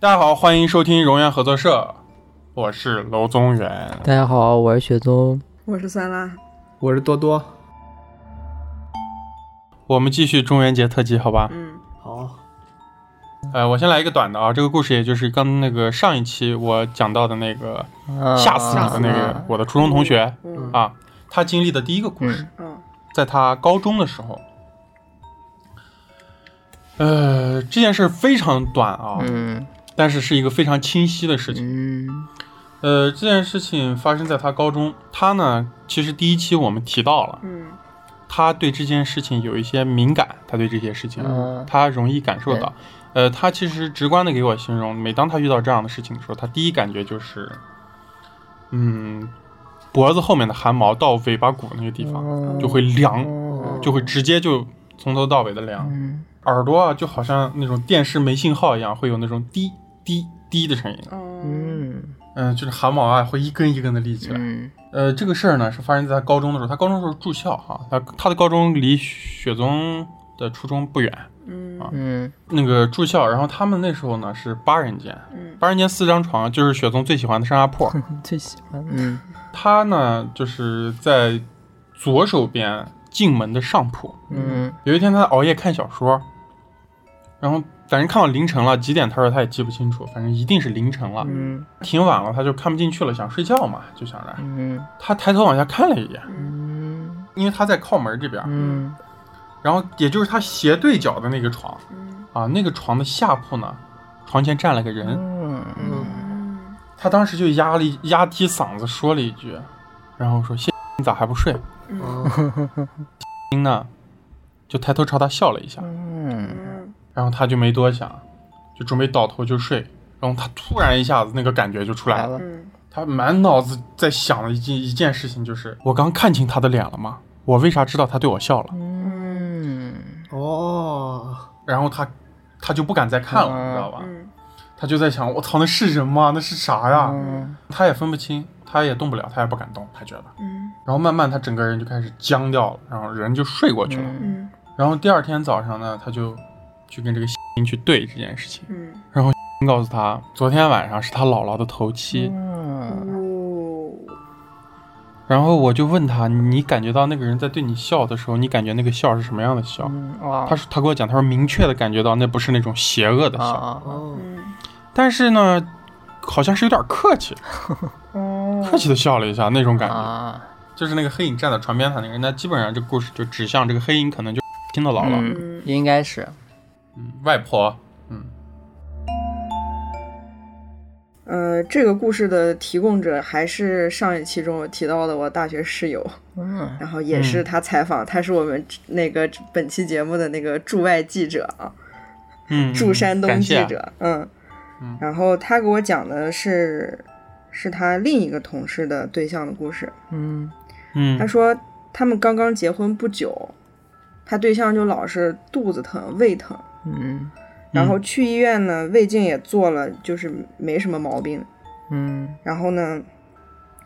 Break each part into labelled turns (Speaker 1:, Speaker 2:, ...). Speaker 1: 大家好，欢迎收听荣源合作社，我是娄宗元。
Speaker 2: 大家好，我是雪宗。
Speaker 3: 我是酸辣，
Speaker 4: 我是多多。
Speaker 1: 我们继续中元节特辑，好吧？
Speaker 3: 嗯，
Speaker 4: 好，
Speaker 1: 呃，我先来一个短的啊，这个故事也就是刚那个上一期我讲到的那个
Speaker 2: 啊
Speaker 1: 吓死你的那个、我的初中同学、
Speaker 3: 嗯
Speaker 1: 啊，他经历的第一个故事，
Speaker 3: 嗯
Speaker 1: 在他高中的时候，呃，这件事非常短啊，
Speaker 2: 嗯
Speaker 1: 但是是一个非常清晰的事情。
Speaker 2: 嗯
Speaker 1: 呃，这件事情发生在他高中，他呢，其实第一期我们提到了，
Speaker 3: 嗯
Speaker 1: 他对这件事情有一些敏感，他对这些事情，
Speaker 2: 嗯
Speaker 1: 他容易感受到。呃，他其实直观的给我形容，每当他遇到这样的事情的时候，他第一感觉就是，嗯，脖子后面的汗毛到尾巴骨那个地方
Speaker 2: 嗯
Speaker 1: 就会凉，
Speaker 4: 哦
Speaker 1: 就会直接就从头到尾的凉。
Speaker 2: 嗯
Speaker 1: 耳朵啊，就好像那种电视没信号一样，会有那种滴滴滴的声音。
Speaker 3: 哦
Speaker 2: 嗯
Speaker 1: 嗯、就是汗毛啊会一根一根的立起来。
Speaker 2: 嗯
Speaker 1: 呃，这个事儿呢是发生在他高中的时候，他高中的时候住校哈，他他的高中离雪宗的初中不远，
Speaker 3: 嗯
Speaker 1: 啊
Speaker 2: 嗯
Speaker 1: 那个住校，然后他们那时候呢是八人间，
Speaker 3: 嗯
Speaker 1: 八人间四张床就是雪宗最喜欢的上下铺，
Speaker 2: 最喜欢嗯
Speaker 1: 他呢就是在左手边进门的上铺。
Speaker 2: 嗯
Speaker 1: 有一天他熬夜看小说，然后反正看到凌晨了，几点他说他也记不清楚，反正一定是凌晨了，
Speaker 2: 嗯
Speaker 1: 挺晚了，他就看不进去了，想睡觉嘛，就想着
Speaker 2: 嗯
Speaker 1: 他抬头往下看了一眼，
Speaker 2: 嗯
Speaker 1: 因为他在靠门这边，
Speaker 2: 嗯
Speaker 1: 然后也就是他斜对角的那个床
Speaker 3: 嗯
Speaker 1: 啊，那个床的下铺呢，床前站了个人，
Speaker 2: 嗯
Speaker 3: 嗯
Speaker 1: 他当时就压力压低嗓子说了一句，然后说谢谢你咋还不睡？
Speaker 3: 嗯
Speaker 4: 嗯
Speaker 1: 丁呢就抬头朝他笑了一下，
Speaker 2: 嗯
Speaker 3: 嗯
Speaker 1: 然后他就没多想，就准备倒头就睡，然后他突然一下子那个感觉就出来
Speaker 2: 来
Speaker 1: 了，
Speaker 2: 了
Speaker 3: 嗯
Speaker 1: 他满脑子在想的一件一件事情就是我刚看清他的脸了吗？我为啥知道他对我笑了？
Speaker 2: 嗯
Speaker 4: 哦，
Speaker 1: 然后他他就不敢再看了，
Speaker 2: 嗯
Speaker 1: 你知道吧？
Speaker 3: 嗯
Speaker 1: 他就在想，我操，那是人吗？那是啥呀？
Speaker 2: 嗯
Speaker 1: 他也分不清，他也动不了，他也不敢动，他觉得。
Speaker 3: 嗯
Speaker 1: 然后慢慢他整个人就开始僵掉了，然后人就睡过去了。
Speaker 2: 嗯
Speaker 3: 嗯
Speaker 1: 然后第二天早上呢，他就去跟这个去对这件事情，
Speaker 3: 嗯
Speaker 1: 告诉他昨天晚上是他姥姥的头七。
Speaker 2: 嗯
Speaker 3: 哦
Speaker 1: 然后我就问他，你感觉到那个人在对你笑的时候，你感觉那个笑是什么样的笑？
Speaker 2: 嗯哇
Speaker 1: 他说他跟我讲，他说明确的感觉到那不是那种邪恶的
Speaker 2: 啊
Speaker 1: 笑，
Speaker 2: 啊
Speaker 4: 哦，
Speaker 3: 嗯
Speaker 1: 但是呢，好像是有点客气，
Speaker 2: 嗯
Speaker 3: 哦
Speaker 1: 客气的笑了一下那种感觉。
Speaker 2: 啊
Speaker 1: 就是那个黑影站在船边的那个人，那基本上这故事就指向这个黑影可能就新的姥姥、
Speaker 2: 嗯应该是
Speaker 1: 嗯外婆，嗯，
Speaker 3: 呃，这个故事的提供者还是上一期中我提到的我大学室友，
Speaker 2: 嗯
Speaker 3: 然后也是他采访，他是我们那个本期节目的那个驻外记者啊。
Speaker 1: 嗯，
Speaker 3: 驻山东
Speaker 1: 感
Speaker 3: 记
Speaker 1: 谢
Speaker 3: 者，嗯
Speaker 1: 嗯，
Speaker 3: 然后他给我讲的是，是他另一个同事的对象的故事。
Speaker 2: 嗯
Speaker 3: 他
Speaker 1: 嗯
Speaker 3: 说他们刚刚结婚不久，他对象就老是肚子疼、胃疼，
Speaker 2: 嗯
Speaker 3: 然后去医院呢，胃镜也做了，就是没什么毛病。
Speaker 2: 嗯
Speaker 3: 然后呢，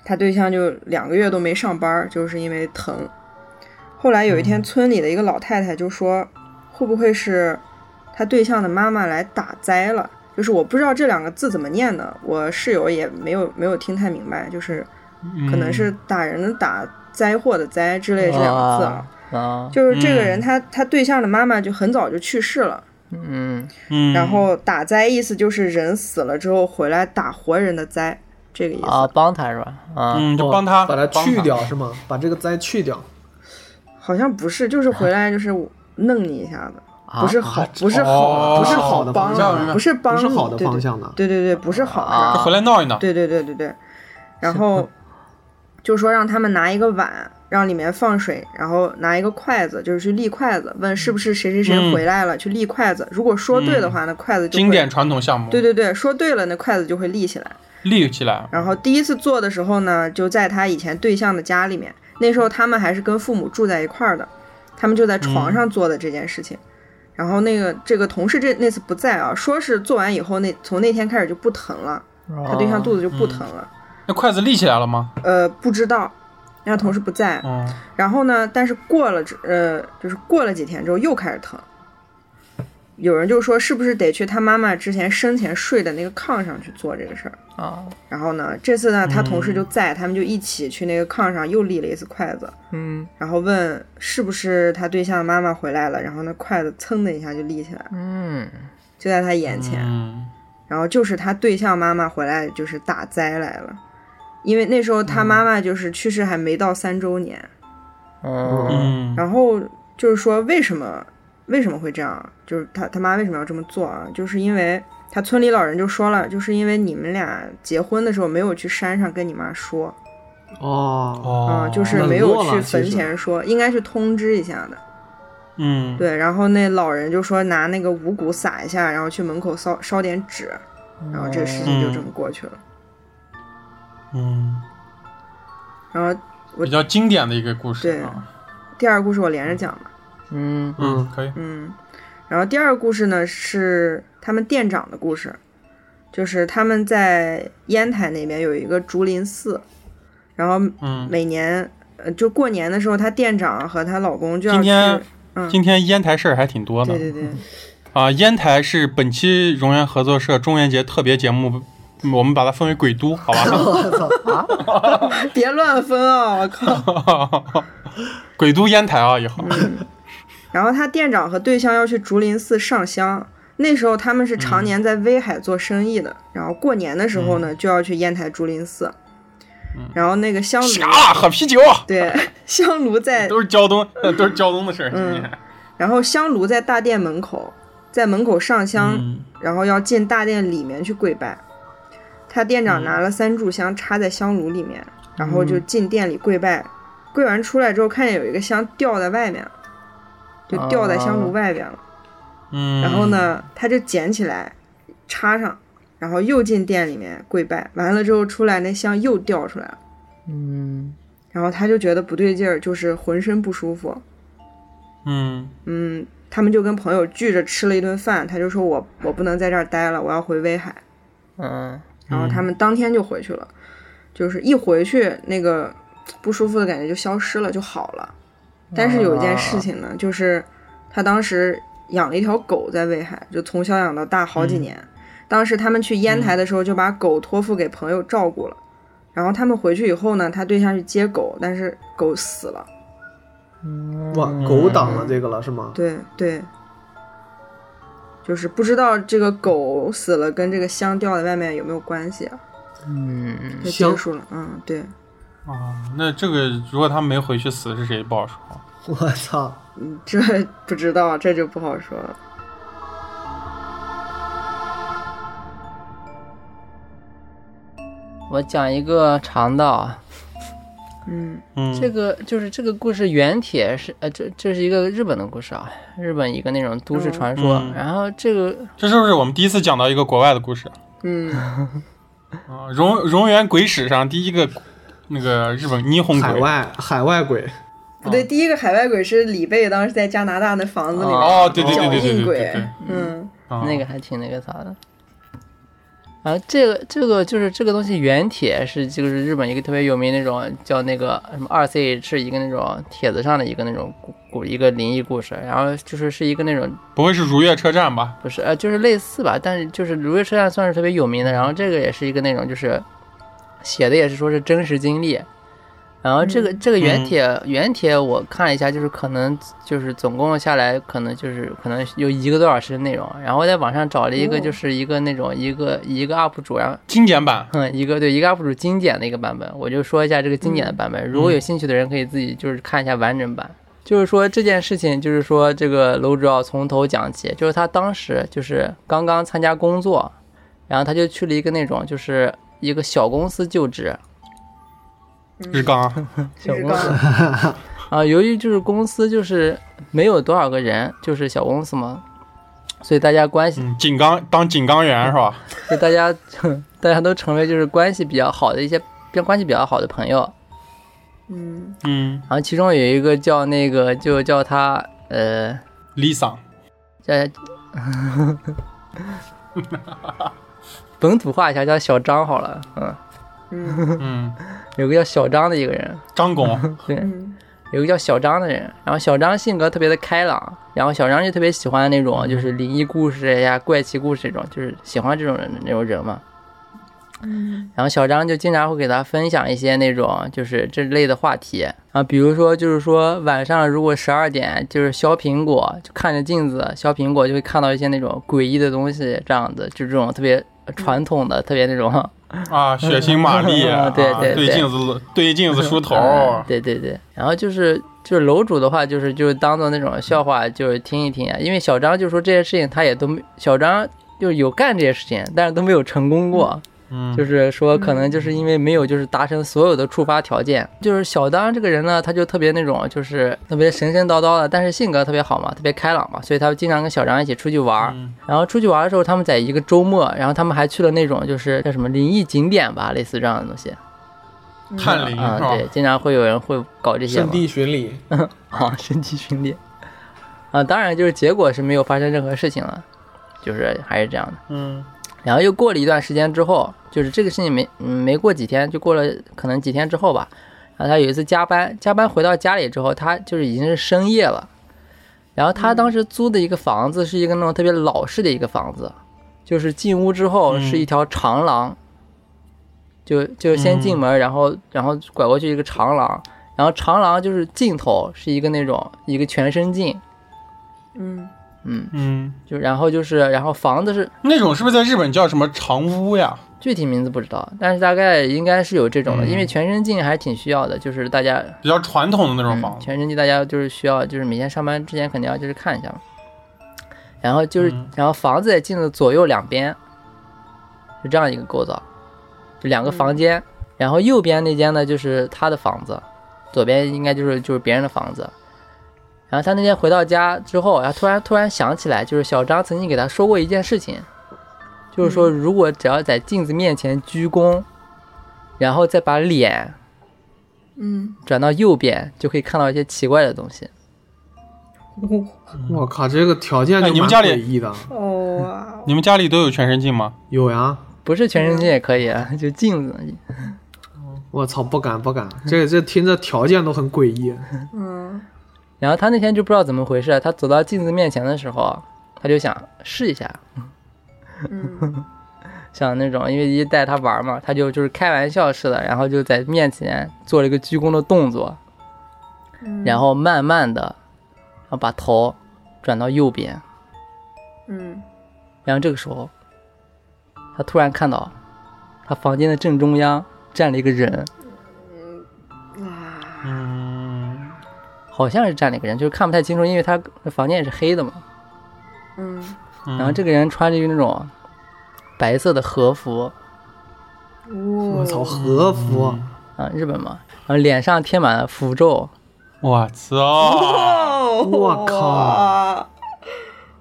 Speaker 3: 他对象就两个月都没上班，就是因为疼。后来有一天，村里的一个老太太就说，会不会是他对象的妈妈来打灾了？就是我不知道这两个字怎么念的，我室友也没有没有听太明白，就是可能是打人的打灾祸的灾之类这两个字啊。
Speaker 2: 啊
Speaker 3: 就是这个人
Speaker 1: 嗯
Speaker 3: 他他对象的妈妈就很早就去世了，
Speaker 2: 嗯
Speaker 1: 嗯，
Speaker 3: 然后打灾意思就是人死了之后回来打活人的灾，这个意思。
Speaker 2: 啊帮他是吧啊
Speaker 1: 嗯就帮他
Speaker 4: 哦把它
Speaker 1: 帮
Speaker 4: 去掉是吗？把这个灾去掉，
Speaker 3: 好像不是，就是回来就是弄你一下子，
Speaker 2: 啊
Speaker 3: 不是好，不是
Speaker 1: 哦
Speaker 3: 好，不是
Speaker 4: 好
Speaker 3: 好
Speaker 4: 的
Speaker 3: 帮
Speaker 4: 方向啊
Speaker 3: 你，不是帮
Speaker 4: 不
Speaker 3: 你，
Speaker 4: 是好的
Speaker 3: 对
Speaker 4: 方，向的。
Speaker 3: 对对对，不是好事
Speaker 1: 他
Speaker 3: 儿，
Speaker 2: 啊
Speaker 1: 回来闹一闹，
Speaker 3: 对对对对对，然后就说让他们拿一个碗，让里面放水，然后拿一个筷子，就是去立筷子，问是不是谁谁谁
Speaker 1: 嗯
Speaker 3: 回来了，去立筷子，如果说对的话，那筷子就
Speaker 1: 经
Speaker 3: 会
Speaker 1: 典。传统项目，
Speaker 3: 对对对，说对了，那筷子就会立起来。
Speaker 1: 立起来，
Speaker 3: 然后第一次做的时候呢，就在他以前对象的家里面。那时候他们还是跟父母住在一块儿的，他们就在床上做的这件事情。然后那个这个同事这那次不在啊，说是做完以后那从那天开始就不疼了，他对象肚子就不疼了。
Speaker 1: 那筷子立起来了吗？
Speaker 3: 呃，不知道，那个同事不在。
Speaker 1: 嗯，
Speaker 3: 然后呢，但是过了之呃，就是过了几天之后又开始疼。有人就说是不是得去他妈妈之前生前睡的那个炕上去做这个事儿。
Speaker 2: 啊，
Speaker 3: 然后呢，这次呢，他同事就在，他们就一起去那个炕上又立了一次筷子，
Speaker 2: 嗯
Speaker 3: 然后问是不是他对象的妈妈回来了，然后那筷子噌的一下就立起来，
Speaker 2: 嗯
Speaker 3: 就在他眼前。
Speaker 1: 嗯
Speaker 3: 然后就是他对象妈妈回来就是打灾来了，因为那时候他妈妈就是去世还没到三周年，
Speaker 2: 哦
Speaker 1: 嗯，
Speaker 3: 然后就是说为什么为什么会这样，就是他他妈为什么要这么做啊？就是因为他村里老人就说了，就是因为你们俩结婚的时候没有去山上跟你妈说
Speaker 4: 哦，
Speaker 3: 啊、
Speaker 1: 哦，
Speaker 3: 就是
Speaker 4: 冷
Speaker 3: 没有
Speaker 4: 落了
Speaker 3: 去
Speaker 4: 其
Speaker 3: 坟
Speaker 4: 实
Speaker 3: 前说，应该去通知一下的。
Speaker 1: 嗯，
Speaker 3: 对，然后那老人就说拿那个五谷撒一下，然后去门口烧烧点纸，然后这个事情就这么过去了。
Speaker 1: 嗯，
Speaker 3: 然后我
Speaker 1: 比较经典的一个故事
Speaker 3: 对
Speaker 1: 啊，
Speaker 3: 第二个故事我连着讲吧。
Speaker 2: 嗯
Speaker 1: 嗯，可以，
Speaker 3: 嗯，然后第二个故事呢是他们店长的故事，就是他们在烟台那边有一个竹林寺，然后
Speaker 1: 嗯，
Speaker 3: 每年呃就过年的时候，他店长和她老公就要
Speaker 1: 今
Speaker 3: 去，
Speaker 1: 天
Speaker 3: 嗯
Speaker 1: 今天烟台事儿还挺多呢，
Speaker 3: 对对对，
Speaker 1: 啊，烟台是本期荣源合作社中元节特别节目，嗯我们把它分为鬼都，好吧？
Speaker 3: 别乱分啊、我靠！
Speaker 1: 鬼都烟台啊，以后，
Speaker 3: 然后他店长和对象要去竹林寺上香。那时候他们是常年在威海做生意
Speaker 1: 嗯
Speaker 3: 的，然后过年的时候呢，就要去烟台竹林寺，
Speaker 1: 嗯
Speaker 3: 然后那个香炉，
Speaker 1: 瞎喝啤酒，
Speaker 3: 对，香炉在
Speaker 1: 都是胶东，呃都是胶东的事儿。今天
Speaker 3: 然后香炉在大殿门口，在门口上香，
Speaker 1: 嗯
Speaker 3: 然后要进大殿里面去跪拜。他店长
Speaker 1: 嗯
Speaker 3: 拿了三炷香插在香炉里面，然后就进店里跪拜。跪完出来之后，看见有一个香掉在外面了，就掉在香
Speaker 1: 啊
Speaker 3: 炉外边了。
Speaker 1: 嗯，
Speaker 3: 然后？呢，他就捡起来插上，然后又进店里面跪拜。完了之后出来，那香又掉出来了。
Speaker 2: 嗯
Speaker 3: 然后他就觉得不对劲儿，就是浑身不舒服。
Speaker 1: 嗯
Speaker 3: 嗯，他们就跟朋友聚着吃了一顿饭，他就说我我不能在这儿待了，我要回威海。
Speaker 2: 嗯
Speaker 3: 然后他们当天就回去了，就是一回去那个不舒服的感觉就消失了，就好了。但是有一件事情呢，就是他当时养了一条狗在威海，就从小养到大好几年。当时他们去烟台的时候，就把狗托付给朋友照顾了。然后他们回去以后呢，他对象去接狗，但是狗死了。
Speaker 4: 哇，狗挡了这个了是吗？
Speaker 3: 对对，就是不知道这个狗死了跟这个香掉在外面有没有关系啊？
Speaker 2: 嗯
Speaker 3: 就
Speaker 4: 香
Speaker 3: 结束了，嗯，对，
Speaker 1: 啊，那这个如果他没回去死是谁不好说。
Speaker 4: 我操，
Speaker 3: 嗯 这不知道，这就不好说了。
Speaker 2: 我讲一个肠道啊，
Speaker 3: 嗯
Speaker 1: 嗯，
Speaker 2: 这个就是这个故事原帖是呃，这这是一个日本的故事啊，日本一个那种都市传说。
Speaker 1: 嗯
Speaker 2: 然后这个
Speaker 1: 这是不是我们第一次讲到一个国外的故事
Speaker 3: 嗯，
Speaker 1: 啊？荣荣源鬼史上第一个那个日本霓虹
Speaker 4: 海
Speaker 1: 鬼。
Speaker 4: 外海外鬼，
Speaker 3: 不
Speaker 2: 哦
Speaker 3: 对，第一个海外鬼是李贝当时在加拿大那房子里面，
Speaker 1: 哦，对对对对
Speaker 3: 脚
Speaker 1: 对
Speaker 3: 印
Speaker 1: 对对
Speaker 3: 鬼
Speaker 1: 对。，
Speaker 3: 嗯
Speaker 1: 啊
Speaker 2: 那个还挺那个啥的。然后这个这个就是这个东西原帖是就是日本一个特别有名那种叫那个什么二 C 是一个那种帖子上的一个那种故故一个灵异故事，然后就是是一个那种
Speaker 1: 不会是如月车站吧？
Speaker 2: 不是呃就是类似吧，但是就是如月车站算是特别有名的，然后这个也是一个那种就是写的也是说是真实经历。然后这个这个原帖、原帖我看了一下，就是可能就是总共下来可能就是可能有一个多小时的内容。然后我在网上找了一个
Speaker 3: 哦
Speaker 2: 就是一个那种一个一个 UP 主，然后
Speaker 1: 经典版。
Speaker 2: 嗯 一个对一个 UP 主精简的一个版本，我就说一下这个精简的版本。如果有兴趣的人可以自己就是看一下完整版。就是说这件事情，就是说这个楼主要从头讲起，就是他当时就是刚刚参加工作，然后他就去了一个那种就是一个小公司就职，
Speaker 1: 日刚啊，
Speaker 2: 嗯小
Speaker 3: 日
Speaker 2: 公司
Speaker 3: 刚，
Speaker 2: 啊，由于就是公司就是没有多少个人，就是小公司嘛，所以大家关系，
Speaker 1: 嗯，井冈当井冈员是吧？
Speaker 2: 就大家 大家都成为就是关系比较好的一些，比关系比较好的朋友。
Speaker 3: 嗯，
Speaker 1: 嗯
Speaker 2: 然后其中有一个叫那个就叫他呃
Speaker 1: ，Lisa，
Speaker 2: 叫，本土化一下叫小张好了，嗯，
Speaker 3: 嗯
Speaker 1: 嗯，
Speaker 2: 有个叫小张的一个人，
Speaker 1: 张工，
Speaker 2: 对，
Speaker 3: 嗯
Speaker 2: 有一个叫小张的人，然后小张性格特别的开朗，然后小张就特别喜欢那种就是灵异故事呀、怪奇故事这种，就是喜欢这种人那种人嘛。
Speaker 3: 嗯
Speaker 2: 然后小张就经常会给他分享一些那种就是这类的话题啊，比如说就是说晚上如果十二点就是削苹果，就看着镜子削苹果就会看到一些那种诡异的东西，这样子就这种特别传统的、特别那种
Speaker 1: 啊，血腥玛丽，啊
Speaker 2: 对对对
Speaker 1: 对镜子对镜子 梳头，
Speaker 2: 嗯对对对，然后就是就是楼主的话，就是就是当做那种笑话，就是听一听啊。因为小张就说这些事情，他也都没小张就是有干这些事情，但是都没有成功过。
Speaker 1: 嗯，
Speaker 2: 就是说，可能就是因为没有就是达成所有的触发条件。就是小张这个人呢，他就特别那种就是特别神神叨叨的，但是性格特别好嘛，特别开朗嘛，所以他经常跟小张一起出去玩儿。
Speaker 1: 嗯
Speaker 2: 然后出去玩的时候，他们在一个周末，然后他们还去了那种就是叫什么灵异景点吧，类似这样的东西。
Speaker 1: 探灵
Speaker 2: 啊
Speaker 1: 嗯是、吧
Speaker 2: 对，？经常会有人会搞这些
Speaker 4: 圣
Speaker 2: 嘛
Speaker 4: 地巡礼，
Speaker 2: 啊，身体训练啊，当然就是结果是没有发生任何事情了，就是还是这样的。
Speaker 1: 嗯
Speaker 2: 然后又过了一段时间之后，就是这个事情没、嗯、没过几天，就过了可能几天之后吧。然后他有一次加班，加班回到家里之后，他就是已经是深夜了。然后他当时租的一个房子是一个那种特别老式的一个房子，就是进屋之后
Speaker 1: 嗯
Speaker 2: 是一条长廊，就就先进门，然后然后拐过去一个长廊，然后长廊就是尽头是一个那种一个全身镜，
Speaker 3: 嗯，
Speaker 2: 嗯，
Speaker 1: 嗯，
Speaker 2: 就然后就是然后房子是
Speaker 1: 那种是不是在日本叫什么长屋呀？
Speaker 2: 具体名字不知道，但是大概应该是有这种的，
Speaker 1: 嗯
Speaker 2: 因为全身镜还是挺需要的，就是大家
Speaker 1: 比较传统的那种
Speaker 2: 嗯
Speaker 1: 房子，
Speaker 2: 全身镜大家就是需要，就是每天上班之前肯定要就是看一下嘛。然后就是，
Speaker 1: 嗯
Speaker 2: 然后房子也进了左右两边，是这样一个构造，就两个房间。然后右边那间呢就是他的房子，左边应该就是就是别人的房子。然后他那天回到家之后，然后突然突然想起来，就是小张曾经给他说过一件事情，就是说如果只要在镜子面前鞠躬，然后再把脸
Speaker 3: 嗯，
Speaker 2: 转到右边，就可以看到一些奇怪的东西。
Speaker 4: 我靠，这个条件
Speaker 1: 哎
Speaker 4: 就
Speaker 1: 你们
Speaker 4: 蛮
Speaker 1: 家里
Speaker 4: 诡异的。
Speaker 3: 哦哇，
Speaker 2: 嗯
Speaker 1: 你们家里都有全身镜吗？
Speaker 4: 有呀，
Speaker 2: 不是全身镜也可以，啊， 就镜子。
Speaker 4: 我操，不敢不敢，这这听着条件都很诡异。
Speaker 3: 嗯
Speaker 2: 然后他那天就不知道怎么回事，他走到镜子面前的时候，他就想试一下，
Speaker 3: 嗯，
Speaker 2: 想那种，因为一带他玩嘛，他就就是开玩笑似的，然后就在面前做了一个鞠躬的动作，
Speaker 3: 嗯
Speaker 2: 然后慢慢的，然后把头转到右边，
Speaker 3: 嗯
Speaker 2: 然后这个时候，他突然看到他房间的正中央站了一个人，
Speaker 3: 哇，
Speaker 1: 嗯，
Speaker 2: 好像是站了一个人，就是看不太清楚，因为他房间也是黑的嘛。
Speaker 3: 嗯
Speaker 1: 嗯
Speaker 2: 然后这个人穿着一个那种白色的和服
Speaker 4: 我
Speaker 3: 哦我
Speaker 4: 操，和服，
Speaker 1: 嗯
Speaker 2: 啊，日本嘛，然后脸上贴满了符咒，
Speaker 1: 我操！
Speaker 3: 哦
Speaker 4: 我靠，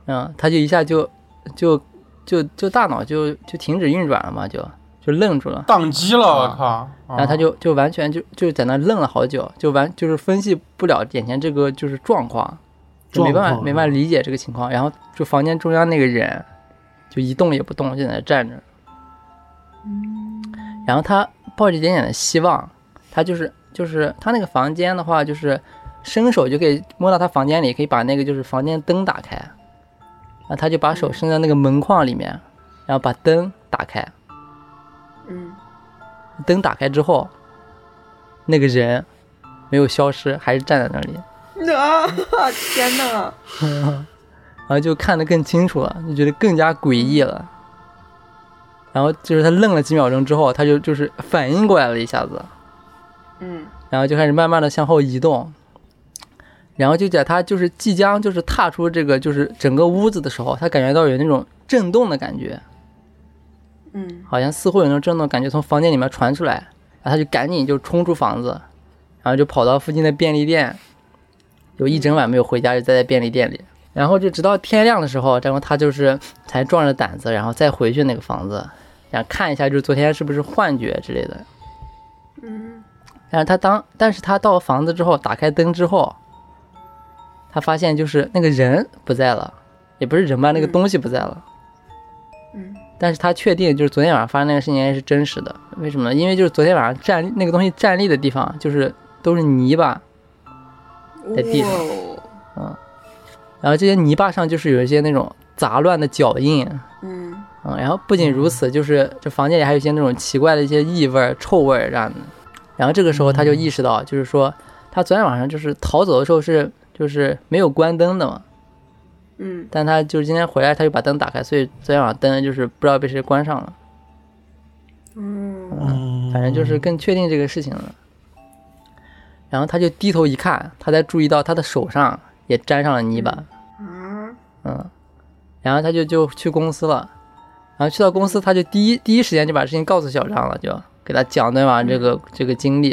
Speaker 2: 嗯，他就一下就就就就大脑就就停止运转了嘛，就就愣住了。
Speaker 1: 宕机了，我靠！
Speaker 2: 啊
Speaker 1: 啊
Speaker 2: 然后他就就完全就就在那愣了好久，就完就是分析不了眼前这个就是状况，就没办
Speaker 4: 状
Speaker 2: 法
Speaker 4: 况啊
Speaker 2: 没办法理解这个情况。然后就房间中央那个人就一动也不动，就在那站着。然后他抱着一点点的希望，他就是就是他那个房间的话，就是伸手就可以摸到他房间里，可以把那个就是房间灯打开。然后他就把手伸到那个门框里面，然后把灯打开。
Speaker 3: 嗯
Speaker 2: 灯打开之后，那个人没有消失，还是站在那里，
Speaker 3: 啊，天哪，
Speaker 2: 然后就看得更清楚了，就觉得更加诡异了。然后就是他愣了几秒钟之后，他就就是反应过来了一下子，
Speaker 3: 嗯
Speaker 2: 然后就开始慢慢的向后移动，然后就在他就是即将就是踏出这个就是整个屋子的时候，他感觉到有那种震动的感觉，
Speaker 3: 嗯
Speaker 2: 好像似乎有那种震动感觉从房间里面传出来，然后他就赶紧就冲出房子，然后就跑到附近的便利店，就一整晚没有回家，就待在便利店里。然后就直到天亮的时候，然后他就是才壮着胆子，然后再回去那个房子，想看一下就是昨天是不是幻觉之类的。
Speaker 3: 嗯
Speaker 2: 但是他当，但是他到房子之后，打开灯之后，他发现就是那个人不在了，也不是人吧，那个
Speaker 3: 嗯
Speaker 2: 东西不在了。
Speaker 3: 嗯
Speaker 2: 但是他确定就是昨天晚上发生那个事情应该是真实的，啊为什么呢？因为就是昨天晚上站那个东西站立的地方就是都是泥巴，在地上，
Speaker 3: 哇哦
Speaker 2: 然后这些泥巴上就是有一些那种杂乱的脚印，
Speaker 3: 嗯，
Speaker 2: 嗯，然后不仅如此，就是这房间里还有一些那种奇怪的一些异味儿、臭味儿这样的。然后这个时候他就意识到，就是说他昨天晚上就是逃走的时候是就是没有关灯的嘛，
Speaker 3: 嗯
Speaker 2: 但他就是今天回来他就把灯打开，所以昨天晚上灯就是不知道被谁关上了。
Speaker 3: 嗯
Speaker 1: 嗯
Speaker 2: 反正就是更确定这个事情了。然后他就低头一看，他才注意到他的手上也沾上了泥巴，
Speaker 3: 啊，
Speaker 2: 嗯，然后他就就去公司了，然后去到公司，他就第一第一时间就把事情告诉小张了，就给他讲对吧？这个这个经历，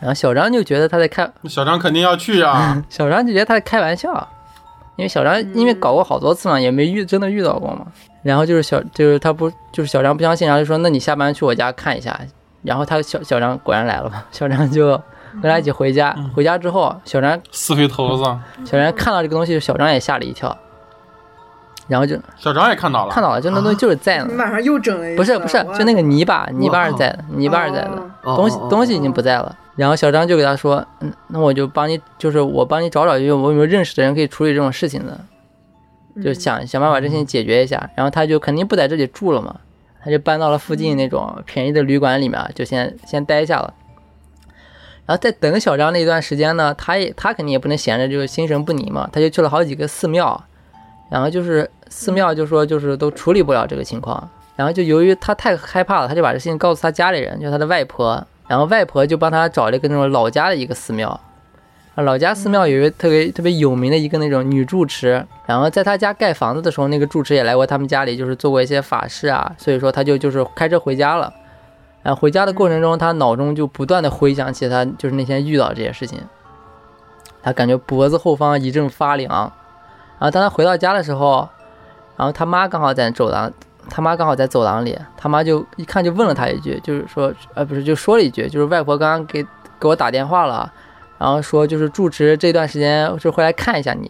Speaker 2: 然后小张就嗯觉得他在开，
Speaker 1: 小张肯定要去啊，
Speaker 2: 小张就觉得他在开玩笑，因为小张因为搞过好多次嘛，也没遇真的遇到过嘛。然后就是小就是他不就是小张不相信，然后就说那你下班去我家看一下。然后他小小张果然来了嘛， 小张就跟他一起回家。回家之后，小张
Speaker 1: 死肥头子，
Speaker 2: 小张看到这个东西，小张也吓了一跳，然后就
Speaker 1: 小张也看到了，
Speaker 2: 看到了，就那东西就是在 呢
Speaker 3: 你，晚上又整了一次，
Speaker 2: 不是不是，就那个泥巴泥巴是在的，泥巴是在的。
Speaker 3: 的，
Speaker 4: 哦
Speaker 2: 东西
Speaker 4: 哦哦
Speaker 2: 东西已经不在了。然后小张就给他说：“嗯，那我就帮你，就是我帮你找找，有我有没有认识的人可以处理这种事情的，
Speaker 3: 嗯
Speaker 2: 就想想办法把这事情解决一下。”然后他就肯定不在这里住了嘛，他就搬到了附近那种便宜的旅馆里面，就先先待下了。然后在等小张那一段时间呢，他也他肯定也不能闲着就心神不宁嘛，他就去了好几个寺庙，然后就是寺庙就说就是都处理不了这个情况，然后就由于他太害怕了，他就把这事情告诉他家里人，就是他的外婆，然后外婆就帮他找了一个那种老家的一个寺庙，啊老家寺庙有一个特别特别有名的一个那种女住持，然后在他家盖房子的时候，那个住持也来过他们家里，就是做过一些法事啊，所以说他就就是开车回家了，然后回家的过程中，他脑中就不断的回想起他就是那天遇到这些事情，他感觉脖子后方一阵发凉。然后当他回到家的时候，然后他妈刚好在走廊，他妈刚好在走廊里，他妈就一看就问了他一句，就是说，呃，不是，就说了一句，就是外婆刚刚给给我打电话了，然后说就是住持这段时间就会来看一下你，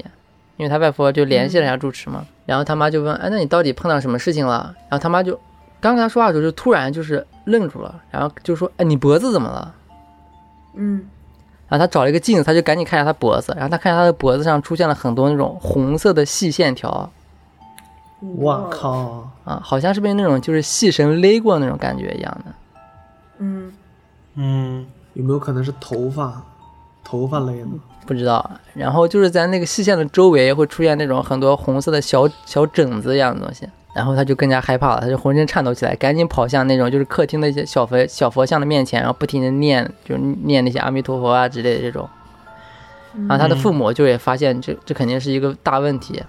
Speaker 2: 因为他外婆就联系了一下住持嘛。然后他妈就问，哎，那你到底碰到什么事情了？然后他妈就刚跟他说话的时候，就突然就是愣住了，然后就说，哎，你脖子怎么了？
Speaker 3: 嗯
Speaker 2: 然后他找了一个镜子，他就赶紧看一下他脖子，然后他看见他的脖子上出现了很多那种红色的细线条
Speaker 3: 嗯，
Speaker 4: 我，靠，
Speaker 2: 啊，好像是被那种就是细绳勒过那种感觉一样的。
Speaker 3: 嗯
Speaker 1: 嗯，
Speaker 4: 有没有可能是头发？头发勒的？
Speaker 2: 不知道。然后就是在那个细线的周围会出现那种很多红色的小小疹子一样的东西，然后他就更加害怕了，他就浑身颤抖起来，赶紧跑向那种就是客厅的一些小佛小佛像的面前，然后不停的念，就是念那些阿弥陀佛啊之类的这种。
Speaker 3: 嗯
Speaker 2: 然啊后他的父母就也发现这这肯定是一个大问题，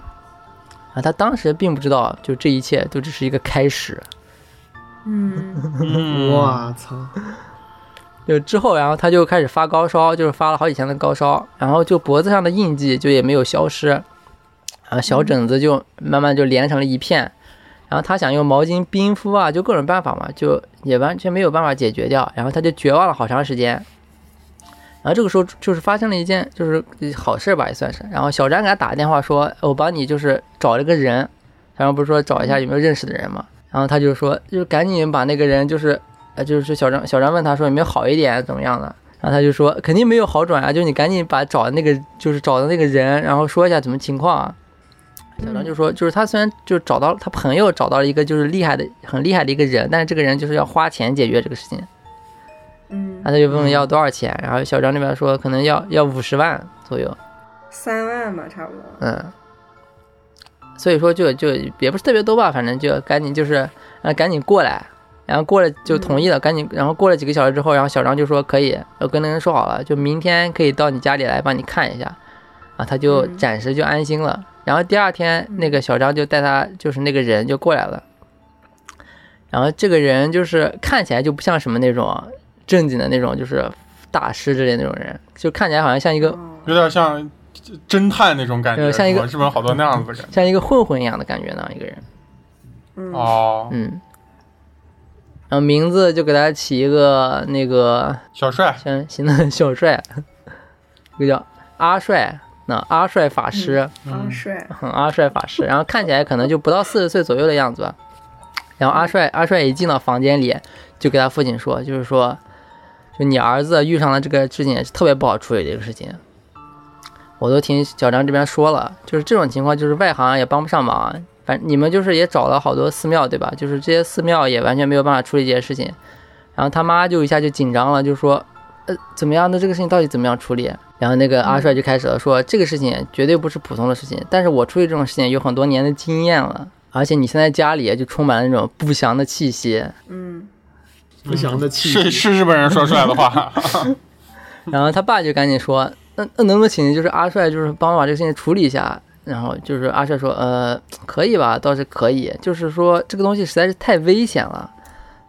Speaker 2: 啊，他当时并不知道，就这一切都只是一个开始。
Speaker 3: 嗯
Speaker 1: 嗯，
Speaker 4: 我操！
Speaker 2: 就之后，然后他就开始发高烧，就是发了好几天的高烧，然后就脖子上的印记就也没有消失，然后小疹子就慢慢就连成了一片，然后他想用毛巾冰敷啊，就各种办法嘛，就也完全没有办法解决掉，然后他就绝望了好长时间。然后这个时候就是发生了一件就是好事吧，也算是。然后小张给他打电话说：“我帮你就是找了个人。”小张不是说找一下有没有认识的人嘛？然后他就说，就是赶紧把那个人就是呃，就是小张，小张问他说有没有好一点，怎么样的？然后他就说肯定没有好转啊，就是你赶紧把找的那个，就是找的那个人，然后说一下怎么情况啊。小张就说，就是他虽然就找到他朋友找到了一个就是厉害的很厉害的一个人，但是这个人就是要花钱解决这个事情。
Speaker 3: 嗯
Speaker 2: 然，后他就问要多少钱，然后小张那边说可能要要五十万左右，
Speaker 3: 三万吧，差不多，
Speaker 2: 嗯。所以说就就也不是特别多吧，反正就赶紧就是呃赶紧过来，然后过了就同意了，赶紧，然后过了几个小时之后，然后小张就说可以，我跟那人说好了，就明天可以到你家里来帮你看一下，啊，他就
Speaker 3: 嗯
Speaker 2: 暂时就安心了。然后第二天，那个小张就带他，就是那个人就过来了，然后这个人就是看起来就不像什么那种正经的那种，就是大师之类的那种人，就看起来好像像一个
Speaker 3: 哦
Speaker 1: 有点像侦探那种感觉，
Speaker 2: 对像一个
Speaker 1: 是吧日本好多那样子的感觉。
Speaker 2: 像一个混混一样的感觉呢，一个人。
Speaker 3: 嗯
Speaker 1: 哦，
Speaker 2: 嗯，然后名字就给他起一个那个
Speaker 1: 小帅，
Speaker 2: 像行的 小帅，一个叫阿帅，那阿帅法师，
Speaker 3: 啊帅，
Speaker 2: 嗯阿帅法师，然后看起来可能就不到四十岁左右的样子吧。然后阿帅阿帅一进到房间里，就给他父亲说，就是说，就你儿子遇上了这个事情，是特别不好处理的一个事情。我都听小张这边说了，就是这种情况，就是外行也帮不上忙。反正你们就是也找了好多寺庙，对吧？就是这些寺庙也完全没有办法处理这些事情。然后他妈就一下就紧张了，就说：“呃，怎么样呢？这个事情到底怎么样处理？”然后那个阿帅就开始了说：“这个事情绝对不是普通的事情，但是我处理这种事情有很多年的经验了，而且你现在家里就充满了那种不祥的气息。
Speaker 3: 嗯，
Speaker 4: 不祥的气
Speaker 1: 是
Speaker 4: 息。
Speaker 1: 是日本人说出来的话，”
Speaker 2: 然后他爸就赶紧说：“那那能不能请就是阿帅就是帮我把这个事情处理一下？”然后就是阿帅说：“呃，可以吧，倒是可以，就是说这个东西实在是太危险了，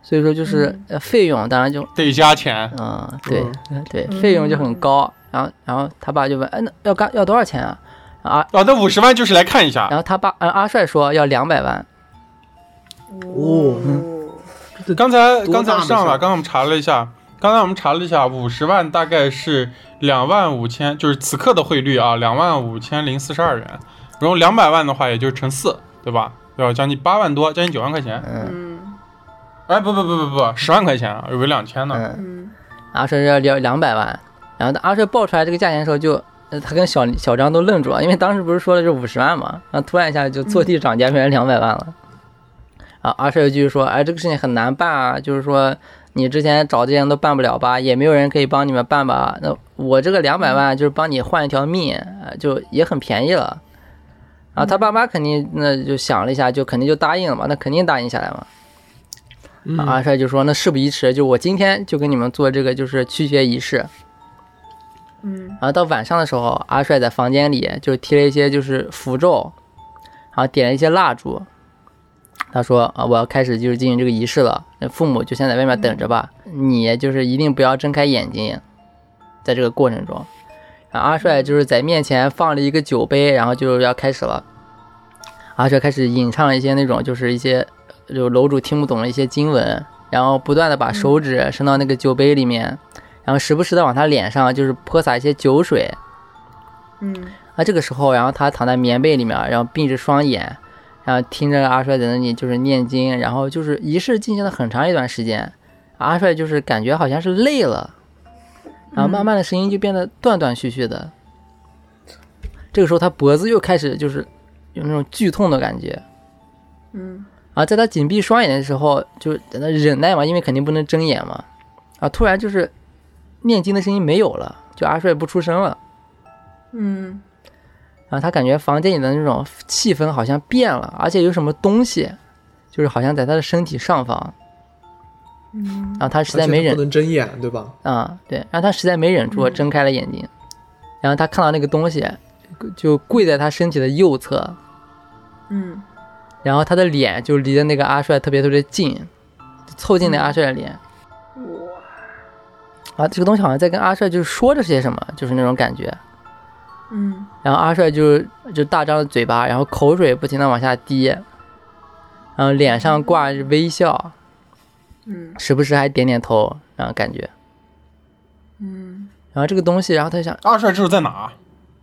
Speaker 2: 所以说就是呃费用当然就
Speaker 1: 得加钱。
Speaker 2: 嗯，对对，费用就很高。然后然后他爸就问，哎，那要干要多少钱啊？然后阿
Speaker 1: 哦，那五十万就是来看一下
Speaker 2: 然。后他爸，呃阿帅说要两百万。
Speaker 4: 哦
Speaker 1: 刚才
Speaker 4: 多大
Speaker 1: 刚
Speaker 4: 的
Speaker 1: 才
Speaker 4: 事儿
Speaker 1: 上了，刚才我们查了一下，刚才我们查了一下，五十万大概是两万五千，就是此刻的汇率啊，两万五千零四十二元。然后两百万的话，也就是乘四，对吧？要将近八万多，将近九万块钱。
Speaker 2: 嗯
Speaker 3: 嗯
Speaker 1: 哎，不不不不不，十万块钱啊，以为两千呢。
Speaker 2: 嗯，
Speaker 3: 嗯
Speaker 2: 阿帅说要要两百万。然后阿帅报出来这个价钱的时候就，呃他跟小小张都愣住了，因为当时不是说的是五十万嘛，然后突然一下就坐地涨价变成两百万了。啊，阿帅就继续说，哎，这个事情很难办啊，就是说你之前找这些人都办不了吧，也没有人可以帮你们办吧。那我这个两百万就是帮你换一条命，呃就也很便宜了。然后他爸妈肯定那就想了一下，就肯定就答应了嘛，那肯定答应下来嘛。
Speaker 4: 嗯
Speaker 2: 阿帅就说：“那事不宜迟，就我今天就给你们做这个就是驱邪仪式。”
Speaker 3: 嗯
Speaker 2: 然后到晚上的时候，阿帅在房间里就贴了一些就是符咒，然后点了一些蜡烛。他说：“啊，我要开始就是进行这个仪式了，那父母就先在外面等着吧，你就是一定不要睁开眼睛，在这个过程中。”然后阿帅就是在面前放了一个酒杯，然后就要开始了。阿帅开始吟唱一些那种就是一些就楼主听不懂的一些经文，然后不断的把手指伸到那个酒杯里面，然后时不时的往他脸上就是泼洒一些酒水。
Speaker 3: 嗯
Speaker 2: 啊，这个时候，然后他躺在棉被里面，然后闭着双眼，然后听着阿帅在那里就是念经，然后就是仪式进行了很长一段时间，阿帅就是感觉好像是累了，然后慢慢的声音就变得断断续续的。这个时候，他脖子又开始就是有那种剧痛的感觉，
Speaker 3: 嗯
Speaker 2: 啊，在他紧闭双眼的时候，就在那忍耐嘛，因为肯定不能睁眼嘛。啊，突然就是念经的声音没有了，就阿帅不出声了。
Speaker 3: 嗯
Speaker 2: 然后他感觉房间里的那种气氛好像变了，而且有什么东西，就是好像在他的身体上方。
Speaker 3: 嗯
Speaker 2: 然后他实
Speaker 4: 而且
Speaker 2: 在没
Speaker 4: 他
Speaker 2: 忍
Speaker 4: 不能睁眼，对吧？
Speaker 2: 啊、对，然后他实在没忍住，
Speaker 3: 嗯
Speaker 2: 睁开了眼睛，然后他看到那个东西就跪在他身体的右侧，
Speaker 3: 嗯
Speaker 2: 然后他的脸就离着那个阿帅特别特别近，就凑近那阿帅的脸。
Speaker 3: 哇
Speaker 2: 啊，这个东西好像在跟阿帅就是说着些什么，就是那种感觉。
Speaker 3: 嗯
Speaker 2: 然后阿帅就就大张着嘴巴，然后口水不停的往下滴，然后脸上挂着微笑，
Speaker 3: 嗯
Speaker 2: 时不时还点点头，然后感觉。
Speaker 3: 嗯
Speaker 2: 然后这个东西，然后他就想，
Speaker 1: 二帅之后在哪？啊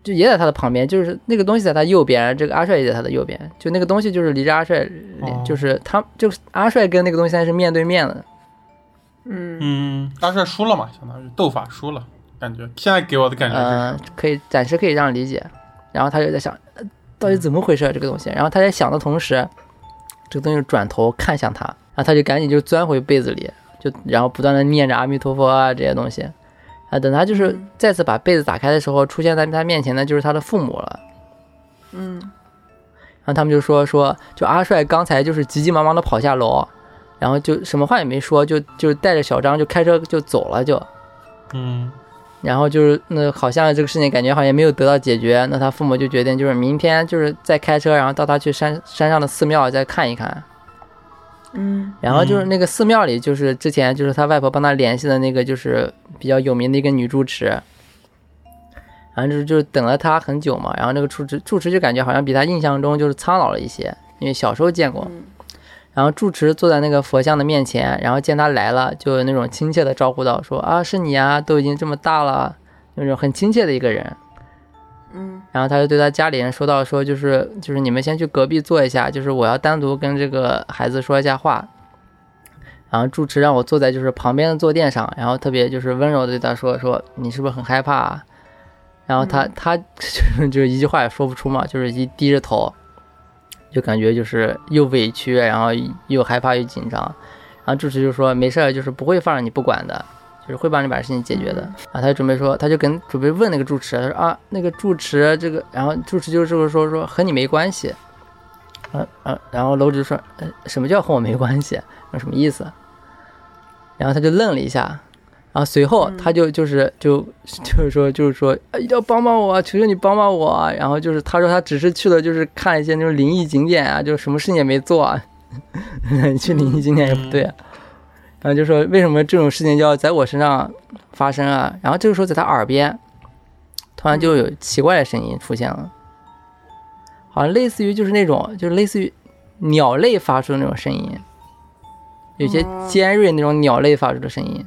Speaker 2: 就也在他的旁边，就是那个东西在他右边，这个阿帅也在他的右边，就那个东西就是离着阿帅脸，
Speaker 1: 哦
Speaker 2: 就是他就是阿帅跟那个东西现在是面对面的，
Speaker 3: 嗯
Speaker 1: 嗯，二帅输了嘛，相当于斗法输了，感觉现在给我的感觉
Speaker 2: 呃
Speaker 1: 是，
Speaker 2: 可以暂时可以这样理解。然后他就在想，呃到底怎么回事、啊、这个东西？然后他在想的同时，这个东西转头看向他，然后他就赶紧就钻回被子里，就然后不断的念着阿弥陀佛啊这些东西。啊，等他就是
Speaker 3: 嗯
Speaker 2: 再次把被子打开的时候，出现在他面前的就是他的父母了。
Speaker 3: 嗯
Speaker 2: 然后他们就说说，就阿帅刚才就是急急忙忙的跑下楼，然后就什么话也没说，就就带着小张就开车就走了就。
Speaker 1: 嗯
Speaker 2: 然后就是那好像这个事情感觉好像没有得到解决，那他父母就决定就是明天就是再开车，然后到他去山山上的寺庙再看一看。
Speaker 3: 嗯
Speaker 2: 然后就是那个寺庙里，就是之前就是他外婆帮他联系的那个，就是比较有名的一个女住持。然后就是就是等了他很久嘛，然后那个住持住持就感觉好像比他印象中就是苍老了一些，因为小时候见过。
Speaker 3: 嗯
Speaker 2: 然后住持坐在那个佛像的面前，然后见他来了，就有那种亲切的招呼道：“说啊，是你啊，都已经这么大了，那种很亲切的一个人。”
Speaker 3: 嗯
Speaker 2: 然后他就对他家里人说到说，就是就是你们先去隔壁坐一下，就是我要单独跟这个孩子说一下话。然后住持让我坐在就是旁边的坐垫上，然后特别就是温柔的对他说说你是不是很害怕、啊？然后他他 就是就是一句话也说不出嘛，就是一低着头，就感觉就是又委屈，然后又害怕又紧张，然后助理就说没事儿，就是不会放着你不管的，就是会帮你把事情解决的。然后他就准备说，他就跟准备问那个住持，他说啊，那个住持这个，然后住持就这么说说和你没关系，啊啊，然后楼主就说，呃，什么叫和我没关系？那什么意思？然后他就愣了一下，然后随后他就就是就 就是说就是说，哎要帮帮我啊，求求你帮帮我啊！然后就是他说他只是去了，就是看一些那种灵异景点啊，就是什么事情也没做啊， 你去灵异景点也不对啊。然后就说为什么这种事情要在我身上发生啊？然后这个时候在他耳边，突然就有奇怪的声音出现了，好像类似于就是那种就是类似于鸟类发出的那种声音，有些
Speaker 3: 哦
Speaker 2: 尖锐那种鸟类发出的声音，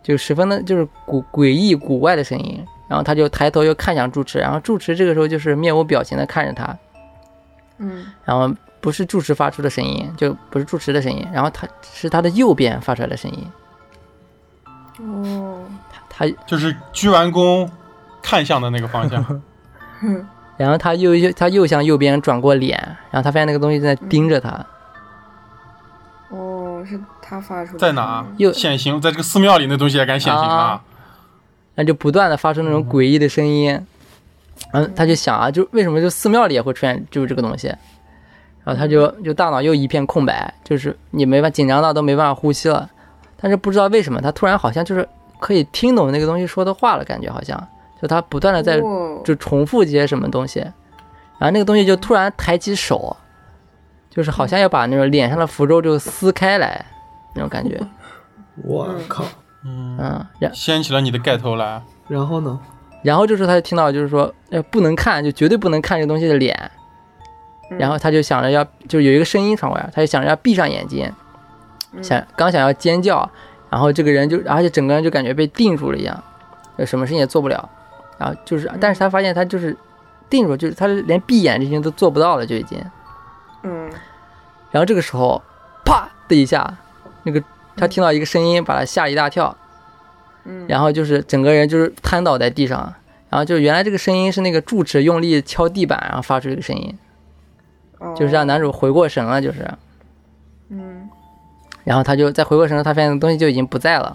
Speaker 2: 就十分的就是古诡异古怪的声音。然后他就抬头又看向住持，然后住持这个时候就是面无表情的看着他，
Speaker 3: 嗯
Speaker 2: 然后不是住持发出的声音，就不是住持的声音，然后他是他的右边发出来的声音，
Speaker 3: 哦，
Speaker 2: 他
Speaker 1: 就是鞠完躬看向的那个方向，
Speaker 3: 嗯
Speaker 2: 然后他又又他又向右边转过脸，然后他发现那个东西正在盯着他，
Speaker 3: 哦，是他发出来的
Speaker 1: 在哪啊
Speaker 3: 嗯
Speaker 2: 又
Speaker 1: 显形，在这个寺庙里那东西也敢显形啊
Speaker 2: 啊？然后就不断的发出那种诡异的声音，然后他就想啊，就为什么就寺庙里也会出现就是这个东西，然后他就就大脑又一片空白，就是你没法紧张到都没办法呼吸了，但是不知道为什么他突然好像就是可以听懂那个东西说的话了，感觉好像就他不断的在
Speaker 3: 哦
Speaker 2: 就重复一些什么东西，然后那个东西就突然抬起手，就是好像要把那种脸上的符咒就撕开来那种感 觉，
Speaker 4: 我靠！
Speaker 1: 嗯，
Speaker 2: 嗯，然
Speaker 1: 掀起了你的盖头来，
Speaker 4: 然后呢？
Speaker 2: 然后这时候他就听到就是说，呃，不能看，就绝对不能看这个东西的脸，
Speaker 3: 嗯
Speaker 2: 然后他就想着要，就有一个声音传过来，他就想着要闭上眼睛，
Speaker 3: 嗯
Speaker 2: 想刚想要尖叫，然后这个人就，而且整个人就感觉被定住了一样，就什么事情也做不了，然后就是，但是他发现他就是定住了，就是他连闭眼这些都做不到了，就已经。
Speaker 3: 嗯
Speaker 2: 然后这个时候，啪的一下，那个他听到一个声音，把他吓了一大跳，
Speaker 3: 嗯，
Speaker 2: 然后就是整个人就是瘫倒在地上，然后就是原来这个声音是那个住持用力敲地板，然后发出这个声音，
Speaker 3: 哦
Speaker 2: 就是让男主回过神了，就是，
Speaker 3: 嗯
Speaker 2: 然后他就在回过神了，他发现东西就已经不在了，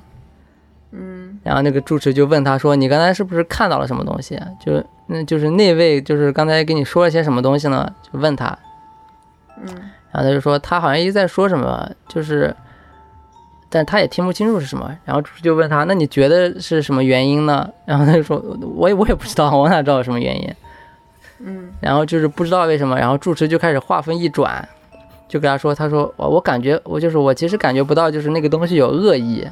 Speaker 3: 嗯
Speaker 2: 然后那个住持就问他说：“你刚才是不是看到了什么东西？”就那就是那位就是刚才跟你说了些什么东西呢？就问他，
Speaker 3: 嗯
Speaker 2: 然后他就说他好像一直在说什么，就是，但他也听不清楚是什么。然后就问他，那你觉得是什么原因呢？然后他就说，我也我也不知道，我哪知道有什么原因？
Speaker 3: 嗯
Speaker 2: 然后就是不知道为什么，然后住持就开始话锋一转，就跟他说，他说我我感觉我就是我其实感觉不到，就是那个东西有恶意，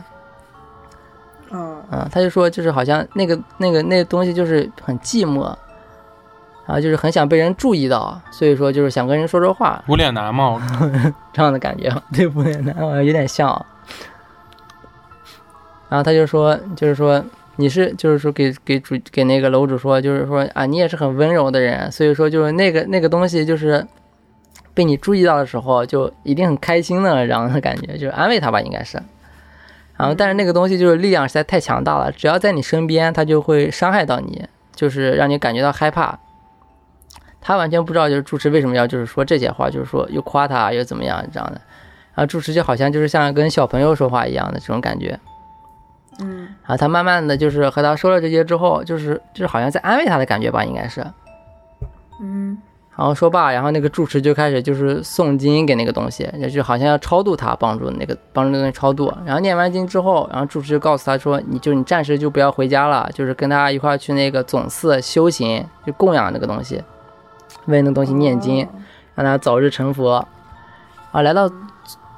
Speaker 3: 哦
Speaker 2: 嗯，他就说就是好像那个那个那个东西就是很寂寞，然后就是很想被人注意到，所以说就是想跟人说说话，
Speaker 1: 无脸男嘛，我
Speaker 2: 嗯
Speaker 1: 靠
Speaker 2: 这样的感觉，对不对？男好像有点像啊。然后他就说，就是说你是，就是说给给主给那个楼主说，就是说啊，你也是很温柔的人，所以说就是那个那个东西就是被你注意到的时候，就一定很开心的这样的感觉，就是安慰他吧，应该是。然后，但是那个东西就是力量实在太强大了，只要在你身边，它就会伤害到你，就是让你感觉到害怕。他完全不知道就是住持为什么要就是说这些话，就是说又夸他又怎么样这样的，然后住持就好像就是像跟小朋友说话一样的这种感觉，
Speaker 3: 嗯
Speaker 2: 然后啊他慢慢的就是和他说了这些之后，就是就是好像在安慰他的感觉吧，应该是，
Speaker 3: 嗯
Speaker 2: 然后说罢，然后那个住持就开始就是诵经给那个东西，也就好像要超度他，帮助那个帮助那个东西超度。然后念完经之后，然后住持就告诉他说，你就你暂时就不要回家了，就是跟他一块儿去那个总寺修行，就供养那个东西，为那个东西念经。
Speaker 3: 哦
Speaker 2: 让他早日成佛。啊，来到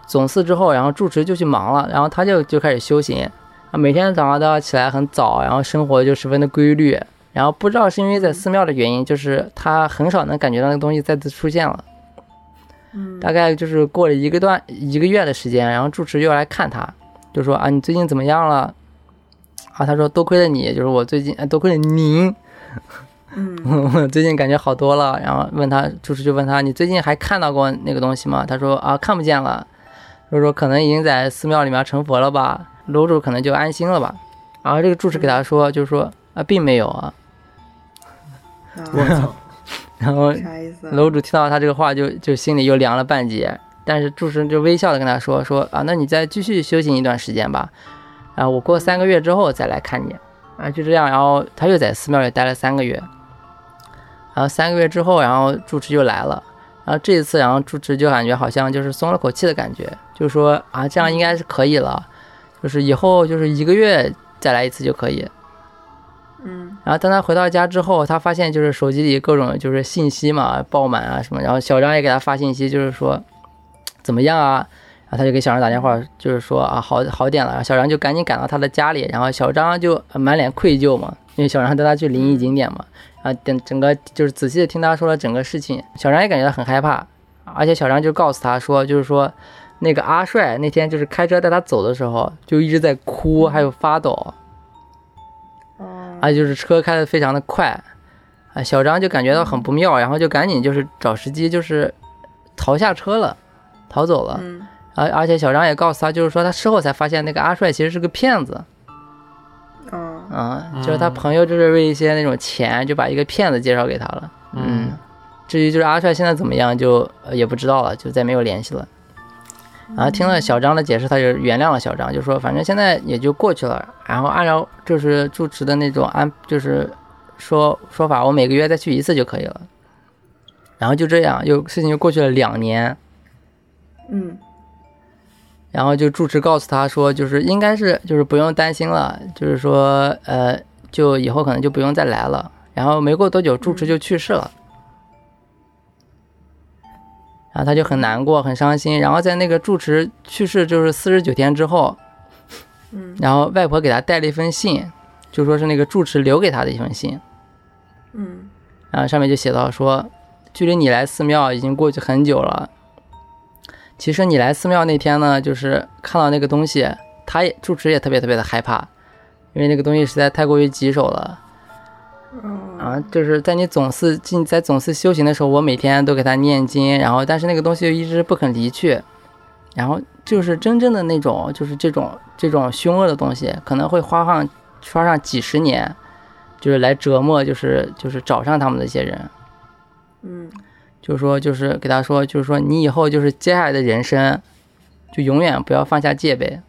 Speaker 2: 总寺之后，然后住持就去忙了，然后他就就开始修行啊，每天早上都要起来很早，然后生活就十分的规律。然后不知道是因为在寺庙的原因，就是他很少能感觉到那个东西再次出现了。
Speaker 3: 嗯
Speaker 2: 大概就是过了一个段一个月的时间，然后住持又来看他，就说啊，你最近怎么样了？啊，他说多亏了你，就是我最近，啊、多亏了您，
Speaker 3: 嗯
Speaker 2: 我最近感觉好多了，然后问他，主持就问他，你最近还看到过那个东西吗？他说啊，看不见了。就说可能已经在寺庙里面成佛了吧，楼主可能就安心了吧。然后这个住持给他说，就是说啊，并没有啊。
Speaker 4: 我
Speaker 3: 啊，
Speaker 4: 操，
Speaker 2: 然后
Speaker 3: 啥意思啊？
Speaker 2: 楼主听到他这个话就，就心里又凉了半截。但是主持人就微笑的跟他说：“说啊，那你再继续休息一段时间吧，啊，我过三个月之后再来看你。”啊，就这样，然后他又在寺庙里待了三个月。然后三个月之后，然后住持又来了。然后这一次，然后住持就感觉好像就是松了口气的感觉，就说啊，这样应该是可以了，就是以后就是一个月再来一次就可以。
Speaker 3: 嗯，
Speaker 2: 然后当他回到家之后，他发现就是手机里各种就是信息嘛爆满啊什么，然后小张也给他发信息，就是说怎么样啊，然后他就给小张打电话，就是说啊好好点了，然后小张就赶紧赶到他的家里，然后小张就呃满脸愧疚嘛，因为小张带他去灵异景点嘛，啊等整个就是仔细的听他说了整个事情，小张也感觉到很害怕，而且小张就告诉他说，就是说那个阿帅那天就是开车带他走的时候，就一直在哭，还有发抖。
Speaker 3: 哦，
Speaker 2: 啊，就是车开得非常的快，啊，小张就感觉到很不妙，然后就赶紧就是找时机就是逃下车了，逃走了。
Speaker 3: 嗯，
Speaker 2: 而、而且小张也告诉他，就是说他事后才发现那个阿帅其实是个骗子
Speaker 3: 哦，
Speaker 2: 啊，就是他朋友就是为一些那种钱就把一个骗子介绍给他了。嗯，至于就是阿帅现在怎么样就呃也不知道了，就再没有联系了。然后听了小张的解释，他就原谅了小张，就说反正现在也就过去了。然后按照就是住持的那种安，就是说说法，我每个月再去一次就可以了。然后就这样，又事情就过去了两年。
Speaker 3: 嗯，
Speaker 2: 然后就住持告诉他说，就是应该是就是不用担心了，就是说呃，就以后可能就不用再来了。然后没过多久，住持就去世了。然后他就很难过，很伤心。然后在那个住持去世就是四十九天之后，
Speaker 3: 嗯，
Speaker 2: 然后外婆给他带了一封信，就说是那个住持留给他的一封信。
Speaker 3: 嗯，
Speaker 2: 然后上面就写到说，距离你来寺庙已经过去很久了。其实你来寺庙那天呢，就是看到那个东西，他也住持也特别特别的害怕，因为那个东西实在太过于棘手了。
Speaker 3: 哦，
Speaker 2: 啊，就是在你总寺进在总寺修行的时候，我每天都给他念经，然后但是那个东西又一直不肯离去，然后就是真正的那种就是这种这种凶恶的东西，可能会花上花上几十年，就是来折磨就是就是找上他们的一些人，
Speaker 3: 嗯，
Speaker 2: 就是说就是给他说就是说你以后就是接下来的人生，就永远不要放下戒备，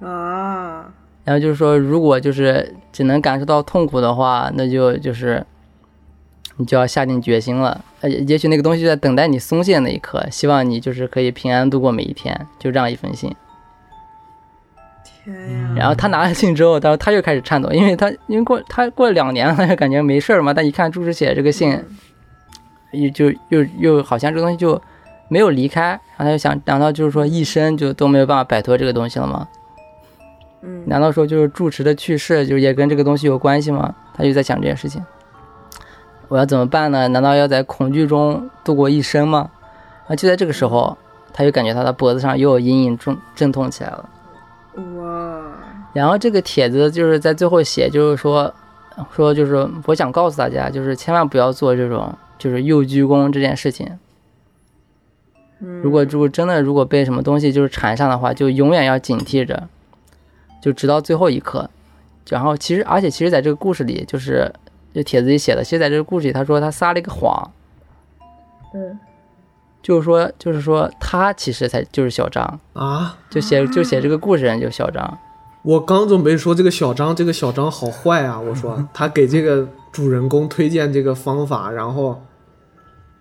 Speaker 3: 啊，
Speaker 2: 然后就是说，如果就是只能感受到痛苦的话，那就就是你就要下定决心了。呃，也也许那个东西就在等待你松懈那一刻，希望你就是可以平安度过每一天。就这样一封信。
Speaker 3: 天呀，
Speaker 2: 嗯然后他拿了信之后，他他又开始颤抖，因为他因为过他过了两年了，他就感觉没事儿嘛。但一看住持写的这个信，又就又又好像这个东西就没有离开，然后他就想，难道就是说一生就都没有办法摆脱这个东西了吗？
Speaker 3: 嗯，
Speaker 2: 难道说就是住持的去世，就是也跟这个东西有关系吗？他就在想这件事情，我要怎么办呢？难道要在恐惧中度过一生吗？啊，就在这个时候，他就感觉他的脖子上又有隐隐阵阵痛起来了。
Speaker 3: 哇，
Speaker 2: 然后这个帖子就是在最后写，就是说，说就是我想告诉大家，就是千万不要做这种就是右鞠躬这件事情。
Speaker 3: 嗯
Speaker 2: 如果如果真的如果被什么东西就是缠上的话，就永远要警惕着，就直到最后一刻。然后其实而且其实在这个故事里，就是就帖子里写的，其实在这个故事里，他说他撒了一个谎，
Speaker 3: 嗯，
Speaker 2: 就是说就是说他其实才就是小张，
Speaker 4: 啊！
Speaker 2: 就写就写这个故事人就是小张。
Speaker 4: 我刚准备说这个小张，这个小张好坏啊！我说他给这个主人公推荐这个方法，然后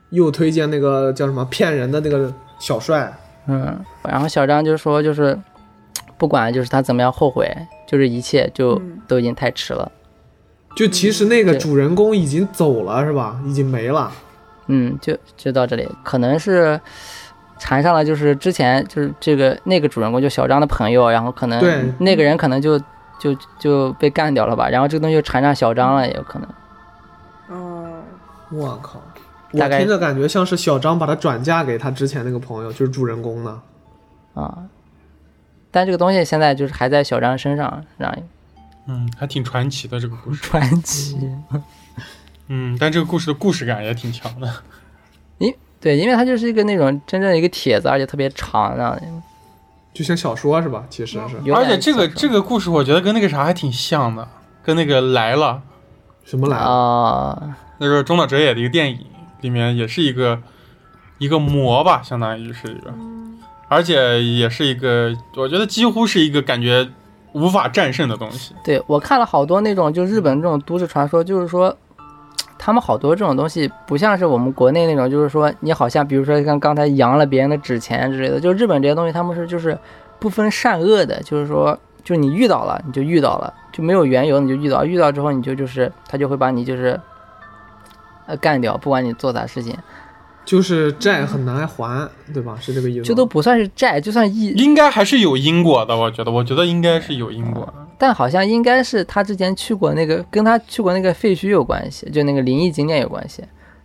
Speaker 4: 又推荐那个叫什么骗人的那个小帅，
Speaker 2: 嗯，然后小张就说，就是不管就是他怎么样后悔，就是一切就
Speaker 3: 嗯
Speaker 2: 都已经太迟了。
Speaker 4: 就其实那个
Speaker 2: 对
Speaker 4: 主人公已经走了是吧？已经没了。
Speaker 2: 嗯，就就到这里，可能是缠上了，就是之前就是这个那个主人公就小张的朋友，然后可
Speaker 4: 对
Speaker 2: 能那个人可能就就就被干掉了吧，然后这个东西就缠上小张了，也有可能。
Speaker 3: 哦，
Speaker 4: 我靠！
Speaker 2: 大
Speaker 4: 我
Speaker 2: 概
Speaker 4: 听着感觉像是小张把他转嫁给他之前那个朋友，就是主人公呢。
Speaker 2: 啊、但这个东西现在就是还在小张身上，让
Speaker 1: 嗯，还挺传奇的这个故事。
Speaker 2: 传奇。
Speaker 1: 嗯，但这个故事的故事感也挺强的。
Speaker 2: 对，因为它就是一个那种真正的一个帖子，而且特别长的，
Speaker 4: 就像小说是吧？其实是
Speaker 2: 有
Speaker 1: 而且
Speaker 2: 点
Speaker 1: 这个
Speaker 2: 像
Speaker 1: 这个故事，我觉得跟那个啥还挺像的，跟那个来了，
Speaker 4: 什么来了？
Speaker 2: 啊，
Speaker 1: 那个中岛哲也的一个电影，里面也是一个一个魔吧，相当于是一个，而且也是一个，我觉得几乎是一个感觉无法战胜的东西。
Speaker 2: 对我看了好多那种，就日本这种都市传说，就是说，他们好多这种东西不像是我们国内那种，就是说你好像比如说像刚才扬了别人的纸钱之类的，就日本这些东西他们是就是不分善恶的，就是说，就你遇到了你就遇到了，就没有缘由你就遇到，遇到之后你就就是他就会把你就是呃干掉，不管你做啥事情，
Speaker 4: 就是债很难还，对吧？是这个意思吗？
Speaker 2: 这都不算是债，就算一
Speaker 1: 应该还是有因果的，我觉得，我觉得应该是有因果的。
Speaker 2: 但好像应该是他之前去过那个，跟他去过那个废墟有关系，就那个灵异景点有关系。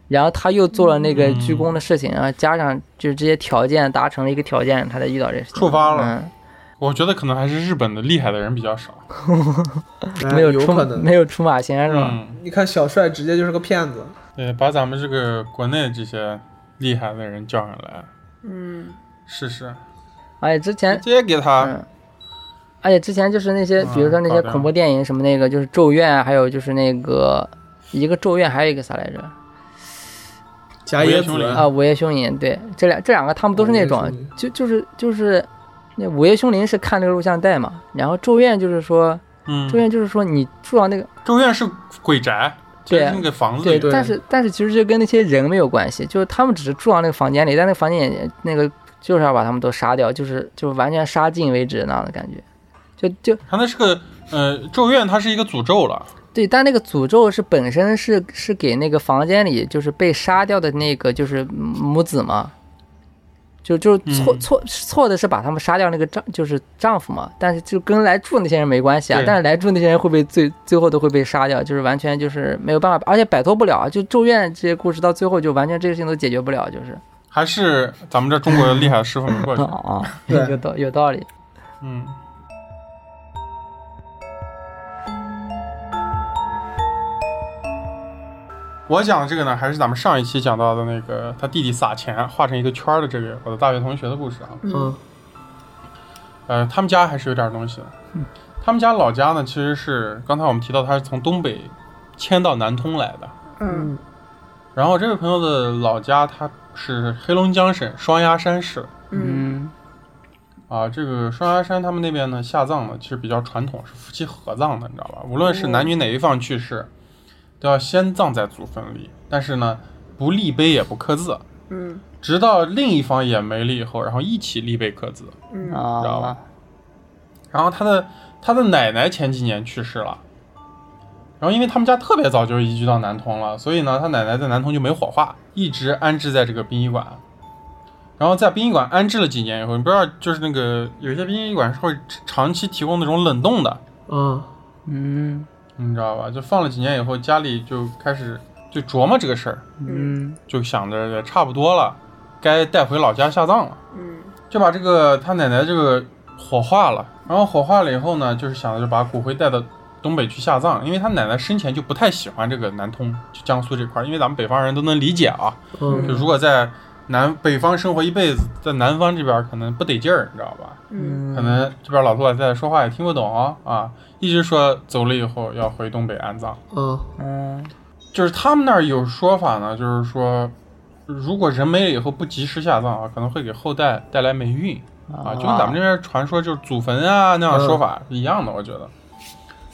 Speaker 2: 然后他又做了那
Speaker 1: 嗯
Speaker 2: 个鞠躬的事情，然后加上就是这些条件达成了一个条件，他才遇到这事情。嗯
Speaker 1: 触发了我觉得可能还是日本的厉害的人比较少。
Speaker 4: 哎
Speaker 2: 嗯，没有
Speaker 4: 有
Speaker 2: 出
Speaker 4: 可能。
Speaker 2: 没有出马仙是吧？
Speaker 1: 嗯，
Speaker 4: 你看小帅直接就是个骗子，
Speaker 1: 对，把咱们这个国内这些厉害的人叫上来
Speaker 3: 嗯，
Speaker 1: 试试，
Speaker 2: 而哎且之前
Speaker 1: 直接给他
Speaker 2: 嗯，而且之前就是那些，
Speaker 1: 嗯
Speaker 2: 比如说那些
Speaker 1: 搞定
Speaker 2: 恐怖电影什么那个，就是《咒怨》啊，还有就是那个一个《咒怨》，还有一个啥来着？
Speaker 4: 假
Speaker 1: 午夜
Speaker 4: 野子
Speaker 1: 凶铃
Speaker 2: 啊，《午夜凶铃》对，这两这两个他们都是那
Speaker 4: 午夜
Speaker 2: 种
Speaker 4: 凶铃，
Speaker 2: 就就是就是，那《午夜凶铃》是看那个录像带嘛，然后《咒怨》就是说，《
Speaker 1: 嗯
Speaker 2: 咒，怨》就是说你住到那个
Speaker 1: 咒怨是鬼宅，就
Speaker 2: 对啊
Speaker 1: 是那个房子
Speaker 2: 对
Speaker 1: 里，
Speaker 4: 对
Speaker 2: 但是但是其实这跟那些人没有关系，就是他们只是住到那个房间里，但那个房间也那个就是要把他们都杀掉，就是就完全杀尽为止那样的感觉，就就
Speaker 1: 他那是个呃，咒怨它是一个诅咒了，
Speaker 2: 对，但那个诅咒是本身是是给那个房间里就是被杀掉的那个就是母子嘛，就就错、
Speaker 1: 嗯
Speaker 2: 错错的是把他们杀掉那个丈就是丈夫嘛，但是就跟来住那些人没关系啊，
Speaker 1: 对
Speaker 2: 但是来住那些人会被最最后都会被杀掉，就是完全就是没有办法，而且摆脱不了，啊就咒怨这些故事到最后就完全这个事情都解决不了，就是
Speaker 1: 还是咱们这中国的厉害的师傅没 过去，
Speaker 2: 啊，
Speaker 4: 对
Speaker 2: 有道有道理，
Speaker 1: 嗯。我讲的这个呢，还是咱们上一期讲到的那个他弟弟撒钱画成一个圈儿的这个我的大学同学的故事啊。
Speaker 4: 嗯，
Speaker 1: 呃，他们家还是有点东西的。他们家老家呢，其实是刚才我们提到他是从东北迁到南通来的。
Speaker 3: 嗯
Speaker 1: 然后这位朋友的老家，他是黑龙江省双鸭山市
Speaker 3: 嗯
Speaker 2: 嗯
Speaker 1: 啊。这个双鸭山他们那边呢，下葬呢其实比较传统，是夫妻合葬的，你知道吧？无论是男女哪一方去世，都要先葬在祖坟里，但是呢，不立碑也不刻字，
Speaker 3: 嗯
Speaker 1: 直到另一方也没了以后，然后一起立碑刻字。
Speaker 3: 嗯
Speaker 1: 知道
Speaker 2: 啊
Speaker 1: 吧，然后他的他的奶奶前几年去世了，然后因为他们家特别早就移居到南通了，所以呢，他奶奶在南通就没火化，一直安置在这个殡仪馆。然后在殡仪馆安置了几年以后，你不知道，就是那个有些殡仪馆是会长期提供那种冷冻的，
Speaker 4: 啊，
Speaker 2: 嗯
Speaker 1: 你知道吧？就放了几年以后，家里就开始就琢磨这个事儿，
Speaker 2: 嗯
Speaker 1: 就想着也差不多了，该带回老家下葬了。
Speaker 3: 嗯
Speaker 1: 就把这个他奶奶这个火化了，然后火化了以后呢，就是想着就把骨灰带到东北去下葬，因为他奶奶生前就不太喜欢这个南通，就江苏这块儿，因为咱们北方人都能理解啊，就
Speaker 4: 嗯，
Speaker 1: 如果在南北方生活一辈子，在南方这边儿可能不得劲儿，你知道吧？
Speaker 3: 嗯
Speaker 1: 可能这边老头老太太说话也听不懂啊一直说走了以后要回东北安葬，
Speaker 4: 啊，
Speaker 2: 嗯
Speaker 1: 就是他们那儿有说法呢，就是说。如果人没了以后不及时下葬啊，可能会给后代带来霉运。啊，就跟咱们这边传说就是祖坟啊那样的说法是一样的，我觉得。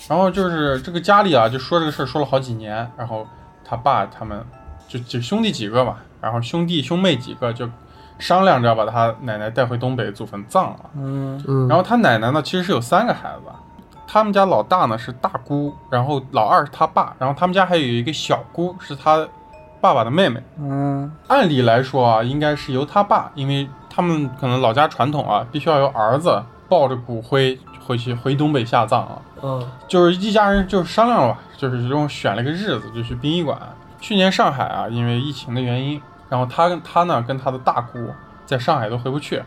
Speaker 1: 然后就是这个家里啊，就说这个事儿说了好几年，然后他爸他们就就兄弟几个嘛，然后兄弟兄妹几个就商量着把他奶奶带回东北祖坟葬了。
Speaker 2: 嗯
Speaker 4: 嗯，
Speaker 1: 然后他奶奶呢，其实是有三个孩子，他们家老大呢是大姑，然后老二是他爸，然后他们家还有一个小姑是他爸爸的妹妹。
Speaker 2: 嗯
Speaker 1: 按理来说啊，应该是由他爸，因为他们可能老家传统啊，必须要由儿子抱着骨灰回去回东北下葬啊。
Speaker 2: 嗯
Speaker 4: 啊，
Speaker 1: 就是一家人就是商量了吧，就是这种选了个日子就去殡仪馆。去年上海啊，因为疫情的原因，然后他跟他呢跟他的大姑在上海都回不去，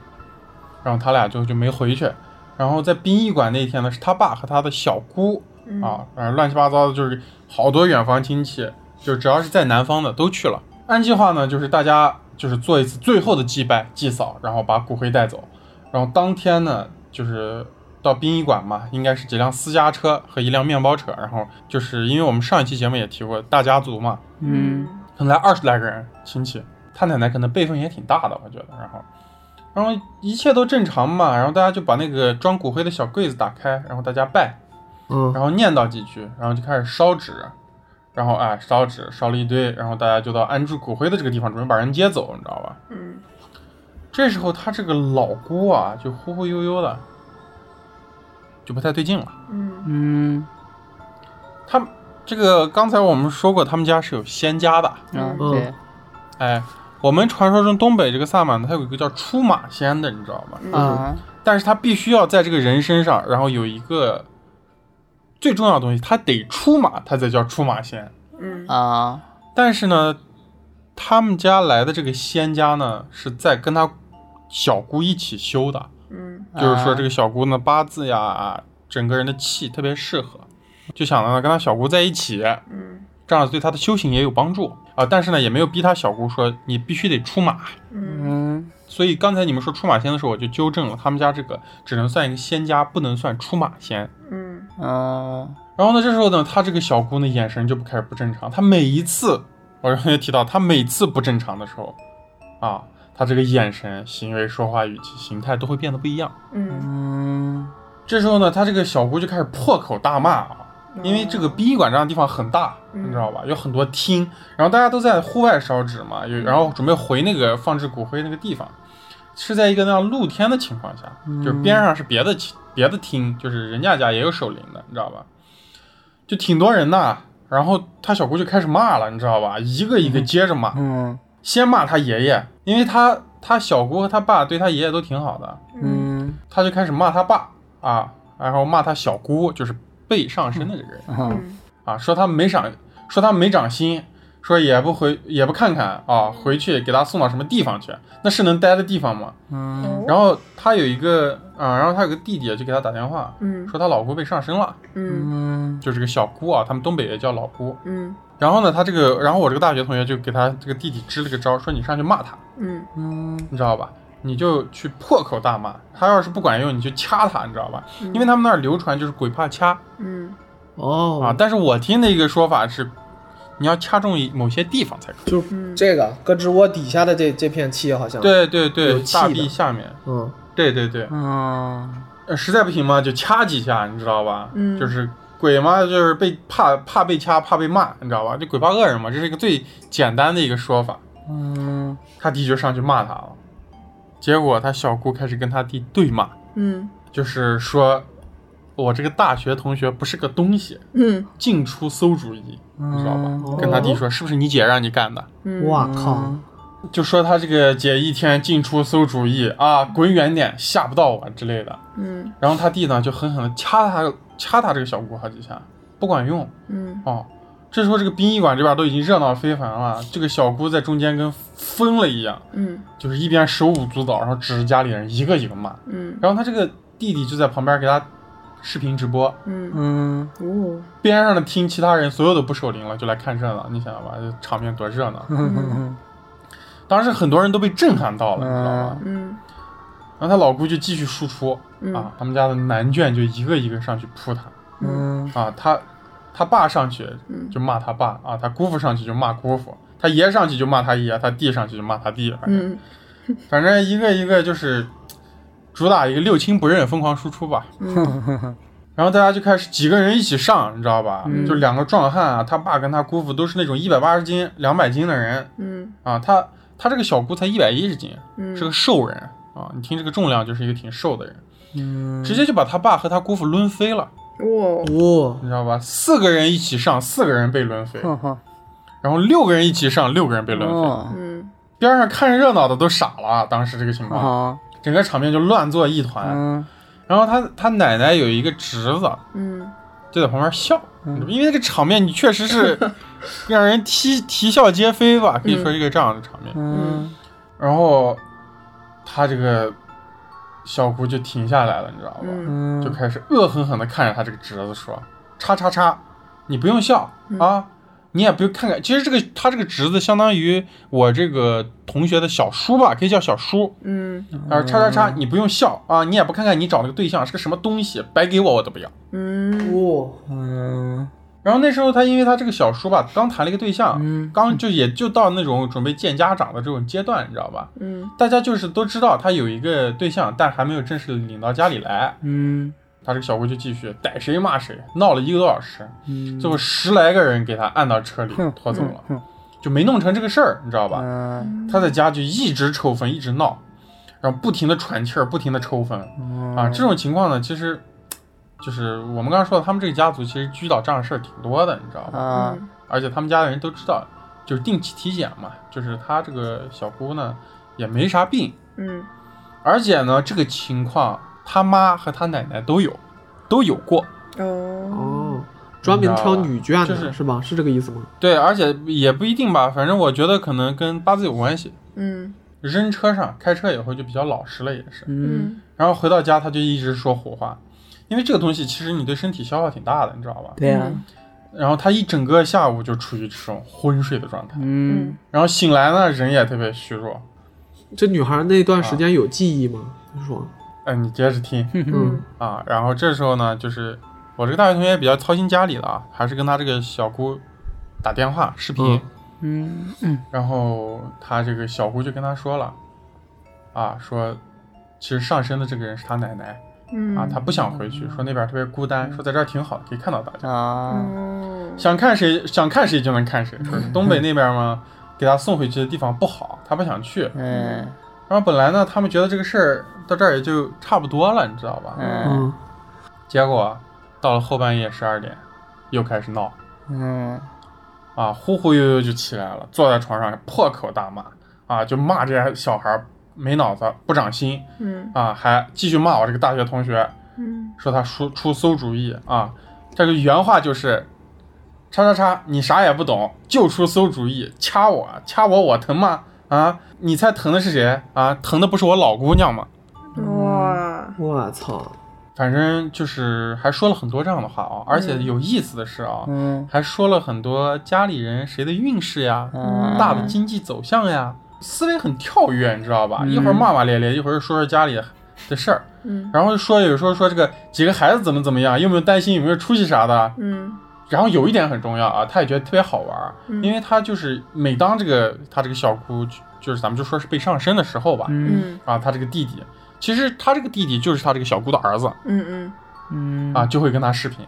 Speaker 1: 然后他俩就就没回去。然后在殡仪馆那一天呢，是他爸和他的小姑
Speaker 3: 嗯
Speaker 1: 啊，反正乱七八糟的，就是好多远房亲戚，就只要是在南方的都去了。按计划呢，就是大家就是做一次最后的祭拜祭扫，然后把骨灰带走。然后当天呢，就是到殡仪馆嘛，应该是几辆私家车和一辆面包车，然后就是因为我们上一期节目也提过大家族嘛，
Speaker 2: 嗯，
Speaker 1: 可能来二十来个人亲戚，他奶奶可能辈分也挺大的，我觉得。然后，然后一切都正常嘛，然后大家就把那个装骨灰的小柜子打开，然后大家拜，
Speaker 4: 嗯
Speaker 1: 然后念叨几句，然后就开始烧纸，然后哎烧纸烧了一堆，然后大家就到安置骨灰的这个地方准备把人接走，你知道吧？
Speaker 3: 嗯，
Speaker 1: 这时候他这个老姑啊就忽忽悠悠的，就不太对劲了。
Speaker 3: 嗯
Speaker 2: 嗯
Speaker 1: 他这个刚才我们说过，他们家是有仙家的，
Speaker 2: 啊，
Speaker 3: 嗯
Speaker 2: 对，
Speaker 1: 哎，我们传说中东北这个萨满，它有一个叫出马仙的，你知道吗？
Speaker 3: 嗯
Speaker 2: 啊，
Speaker 1: 但是他必须要在这个人身上，然后有一个最重要的东西，他得出马，他才叫出马仙。
Speaker 3: 嗯
Speaker 2: 啊，
Speaker 1: 但是呢，他们家来的这个仙家呢，是在跟他小姑一起修的，
Speaker 3: 嗯
Speaker 1: 就是说
Speaker 2: 啊
Speaker 1: 这个小姑呢八字呀，整个人的气特别适合，就想着呢跟他小姑在一起，
Speaker 3: 嗯
Speaker 1: 这样对他的修行也有帮助啊。但是呢，也没有逼他小姑说你必须得出马。
Speaker 3: 嗯
Speaker 2: 嗯
Speaker 1: 所以刚才你们说出马仙的时候，我就纠正了，他们家这个只能算一个仙家，不能算出马仙。
Speaker 3: 嗯
Speaker 2: 啊，
Speaker 1: 然后呢，这时候呢，她这个小姑呢眼神就不开始不正常，她每一次，我刚才提到，她每次不正常的时候，啊，她这个眼神、行为、说话语气、形态都会变得不一样。
Speaker 3: 嗯，
Speaker 2: 嗯
Speaker 1: 这时候呢，她这个小姑就开始破口大骂啊，因为这个殡仪馆这样的地方很大，
Speaker 3: 嗯
Speaker 1: 你知道吧？有很多厅，然后大家都在户外烧纸嘛，有然后准备回那个放置骨灰那个地方，是在一个那样露天的情况下，就是边上是别的厅别的厅，就是人家家也有守灵的，你知道吧？就挺多人呐。然后他小姑就开始骂了，你知道吧？一个一个接着骂，
Speaker 2: 嗯
Speaker 1: 先骂他爷爷，因为他他小姑和他爸对他爷爷都挺好的，
Speaker 3: 嗯
Speaker 2: 嗯
Speaker 1: 他就开始骂他爸啊，然后骂他小姑，就是背上身那个人。
Speaker 2: 啊
Speaker 3: 嗯
Speaker 1: 啊，说他没长，说他没长心，说也不回也不看看啊，回去给他送到什么地方去？那是能待的地方吗？
Speaker 2: 嗯
Speaker 1: 然后他有一个啊，然后他有个弟弟就给他打电话，
Speaker 3: 嗯
Speaker 1: 说他老姑被上身了，
Speaker 3: 嗯
Speaker 2: 嗯
Speaker 1: 就是个小姑啊，他们东北也叫老姑。
Speaker 3: 嗯
Speaker 1: 然后呢，他这个，然后我这个大学同学就给他这个弟弟支了个招，说你上去骂他，
Speaker 3: 嗯
Speaker 2: 嗯
Speaker 1: 你知道吧？你就去破口大骂，他要是不管用，你就掐他，你知道吧？
Speaker 3: 嗯
Speaker 1: 因为他们那儿流传就是鬼怕掐
Speaker 3: 嗯
Speaker 1: 啊，
Speaker 4: 哦，
Speaker 1: 但是我听的一个说法是，你要掐中一某些地方才可以。
Speaker 4: 就是
Speaker 3: 嗯
Speaker 4: 这个胳肢窝底下的这这片气好像，，
Speaker 1: 对对
Speaker 4: 有
Speaker 1: 对，
Speaker 4: 气
Speaker 1: 大
Speaker 4: 的
Speaker 1: 臂下面，
Speaker 4: 嗯
Speaker 1: 对对对，
Speaker 2: 啊
Speaker 1: 呃实在不行嘛，就掐几下，你知道吧？
Speaker 3: 嗯
Speaker 1: 就是鬼嘛，就是被怕怕被掐，怕被骂，你知道吧？就鬼怕恶人嘛，这是一个最简单的一个说法。
Speaker 2: 嗯
Speaker 1: 他弟就上去骂他了，结果他小姑开始跟他弟对骂，
Speaker 3: 嗯
Speaker 1: 就是说我这个大学同学不是个东西，
Speaker 3: 嗯
Speaker 1: 净出馊主意，你知道吧？
Speaker 2: 嗯
Speaker 1: 跟他
Speaker 4: 哦
Speaker 1: 弟说，是不是你姐让你干的？
Speaker 3: 嗯
Speaker 4: 哇靠，
Speaker 1: 就说他这个姐一天进出馊主意啊，滚远点，吓不到我之类的。
Speaker 3: 嗯
Speaker 1: 然后他弟呢就狠狠的掐他掐他这个小姑好几下，不管用
Speaker 3: 嗯
Speaker 1: 哦。这时候这个殡仪馆这边都已经热闹非凡了，这个小姑在中间跟疯了一样，
Speaker 3: 嗯
Speaker 1: 就是一边手舞足蹈，然后指着家里人一个一个骂。
Speaker 3: 嗯
Speaker 1: 然后他这个弟弟就在旁边给他视频直播，
Speaker 3: 嗯
Speaker 2: 嗯
Speaker 3: 哦
Speaker 1: 边上的听其他人所有的不守灵了，就来看热闹。你想想吧，这场面多热闹！
Speaker 2: 嗯
Speaker 1: 当时很多人都被震撼到了，你知道吗？
Speaker 3: 嗯
Speaker 1: 然后他老姑就继续输出啊
Speaker 3: 嗯，
Speaker 1: 他们家的男眷就一个一个上去扑他
Speaker 2: 嗯
Speaker 1: 啊，他他爸上去
Speaker 3: 嗯
Speaker 1: 就骂他爸啊，他姑父上去就骂姑父，他爷上去就骂他爷，他弟上去就骂他弟，反正
Speaker 3: 嗯
Speaker 1: 反正一个一个就是主打一个六亲不认，疯狂输出吧。然后大家就开始几个人一起上，你知道吧？
Speaker 2: 嗯
Speaker 1: 就两个壮汉啊，他爸跟他姑父都是那种一百八十斤、两百斤的人
Speaker 3: 嗯
Speaker 1: 啊，他他这个小姑才一百一十斤，
Speaker 3: 嗯
Speaker 1: 是个瘦人啊，你听这个重量就是一个挺瘦的人。
Speaker 2: 嗯，
Speaker 1: 直接就把他爸和他姑父抡飞了，
Speaker 3: 哦
Speaker 4: 哦，
Speaker 1: 你知道吧？四个人一起上，四个人被抡飞，
Speaker 2: 哈哈，
Speaker 1: 然后六个人一起上，六个人被抡飞。
Speaker 2: 嗯哦
Speaker 3: 嗯
Speaker 1: 边上看热闹的都傻了啊，当时这个情况，
Speaker 2: 啊，
Speaker 1: 整个场面就乱作一团。
Speaker 2: 嗯
Speaker 1: 然后他他奶奶有一个侄子
Speaker 3: 嗯
Speaker 1: 就在旁边笑，
Speaker 2: 嗯
Speaker 1: 因为这个场面你确实 是让人啼啼笑皆非吧，可以说是一个这样的场面。
Speaker 2: 嗯
Speaker 1: 然后他这个小姑就停下来了，你知道吧？
Speaker 3: 嗯
Speaker 2: 嗯，
Speaker 1: 就
Speaker 2: 嗯
Speaker 1: 开始恶狠狠地看着他这个侄子说：“叉叉叉，你不用笑、啊，你也不用看看，其实这个他这个侄子相当于我这个同学的小叔吧，可以叫小叔。
Speaker 3: 嗯
Speaker 1: 啊，叉叉叉，你不用笑啊，你也不看看你找那个对象是个什么东西，白给我我都不要。
Speaker 3: 嗯
Speaker 4: 哦，
Speaker 2: 嗯
Speaker 1: 然后那时候他因为他这个小叔吧，刚谈了一个对象，
Speaker 2: 嗯
Speaker 1: 刚就也就到那种准备见家长的这种阶段，你知道吧？
Speaker 3: 嗯
Speaker 1: 大家就是都知道他有一个对象，但还没有正式领到家里来。
Speaker 2: 嗯
Speaker 1: 他这个小姑就继续逮谁骂谁，闹了一个多小时，
Speaker 2: 嗯，
Speaker 1: 最后十来个人给他按到车里
Speaker 2: 哼
Speaker 1: 拖走了，
Speaker 2: 哼
Speaker 1: 就没弄成这个事儿，你知道吧？
Speaker 2: 嗯
Speaker 1: 他在家就一直抽风，一直闹，然后不停的喘气儿，不停的抽风
Speaker 2: 哦
Speaker 1: 啊。这种情况呢，其实就是我们刚刚说的，他们这个家族其实遇到这样的事儿挺多的，你知道吧？
Speaker 2: 啊
Speaker 1: 而且他们家的人都知道，就是定期体检嘛，就是他这个小姑呢也没啥病，
Speaker 3: 嗯
Speaker 1: 而且呢这个情况他妈和他奶奶都有，都有过。
Speaker 3: 哦
Speaker 4: 哦，专门挑女眷
Speaker 1: 就是
Speaker 4: 的是吧？是这个意思吗？
Speaker 1: 对，而且也不一定吧，反正我觉得可能跟八字有关系。
Speaker 3: 嗯
Speaker 1: 扔车上，开车以后就比较老实了，也是。
Speaker 2: 嗯
Speaker 3: 嗯
Speaker 1: 然后回到家，他就一直说胡话，因为这个东西其实你对身体消耗挺大的，你知道吧？
Speaker 2: 对呀
Speaker 1: 然后他一整个下午就处于这种昏睡的状态，
Speaker 2: 嗯
Speaker 1: 然后醒来呢，人也特别虚弱。
Speaker 4: 这女孩那段
Speaker 1: 啊
Speaker 4: 时间有记忆吗？你说，
Speaker 1: 哎，你接着听
Speaker 4: 嗯，
Speaker 1: 啊。然后这时候呢，就是我这个大学同学比较操心家里了啊，还是跟他这个小姑打电话视频。
Speaker 4: 嗯
Speaker 2: 嗯嗯
Speaker 1: 然后他这个小姑就跟他说了，啊，说其实上身的这个人是他奶奶
Speaker 3: 嗯
Speaker 1: 啊，他不想回去，说那边特别孤单，说在这儿挺好的，可以看到大家，
Speaker 2: 啊
Speaker 3: 哦
Speaker 1: 想看谁想看谁就能看谁。说是东北那边嘛，给他送回去的地方不好，他不想去。
Speaker 2: 嗯
Speaker 1: 然后本来呢，他们觉得这个事儿到这儿也就差不多了，你知道吧？
Speaker 2: 嗯
Speaker 4: 嗯，
Speaker 1: 结果到了后半夜十二点，又开始闹
Speaker 2: 嗯
Speaker 1: 啊，忽忽悠悠就起来了，坐在床上破口大骂啊，就骂这些小孩儿没脑子、不长心。
Speaker 3: 嗯
Speaker 1: 啊，还继续骂我这个大学同学，
Speaker 3: 嗯
Speaker 1: 说他出出馊主意啊。这个原话就是：“叉叉叉，你啥也不懂，就出馊主意，掐我，掐我，我疼吗？啊，你猜疼的是谁啊？疼的不是我老姑娘吗？
Speaker 3: 哇
Speaker 4: 我操，
Speaker 1: 反正就是还说了很多这样的话啊。而且有意思的是啊，
Speaker 2: 嗯
Speaker 1: 还说了很多家里人谁的运势呀，
Speaker 2: 嗯
Speaker 1: 大的经济走向呀，思维很跳跃，你知道吧？
Speaker 2: 嗯
Speaker 1: 一会儿骂骂咧咧，一会儿又说说家里的事儿。”
Speaker 3: 嗯
Speaker 1: 然后说有时候说这个几个孩子怎么怎么样，有没有担心有没有出息啥的。
Speaker 3: 嗯
Speaker 1: 然后有一点很重要啊，他也觉得特别好玩儿，
Speaker 3: 嗯
Speaker 1: 因为他就是每当这个他这个小姑就就是咱们就说是被上身的时候吧，
Speaker 2: 嗯
Speaker 3: 嗯
Speaker 1: 啊，他这个弟弟其实他这个弟弟就是他这个小姑的儿子
Speaker 3: 嗯
Speaker 2: 嗯
Speaker 1: 啊，就会跟他视频。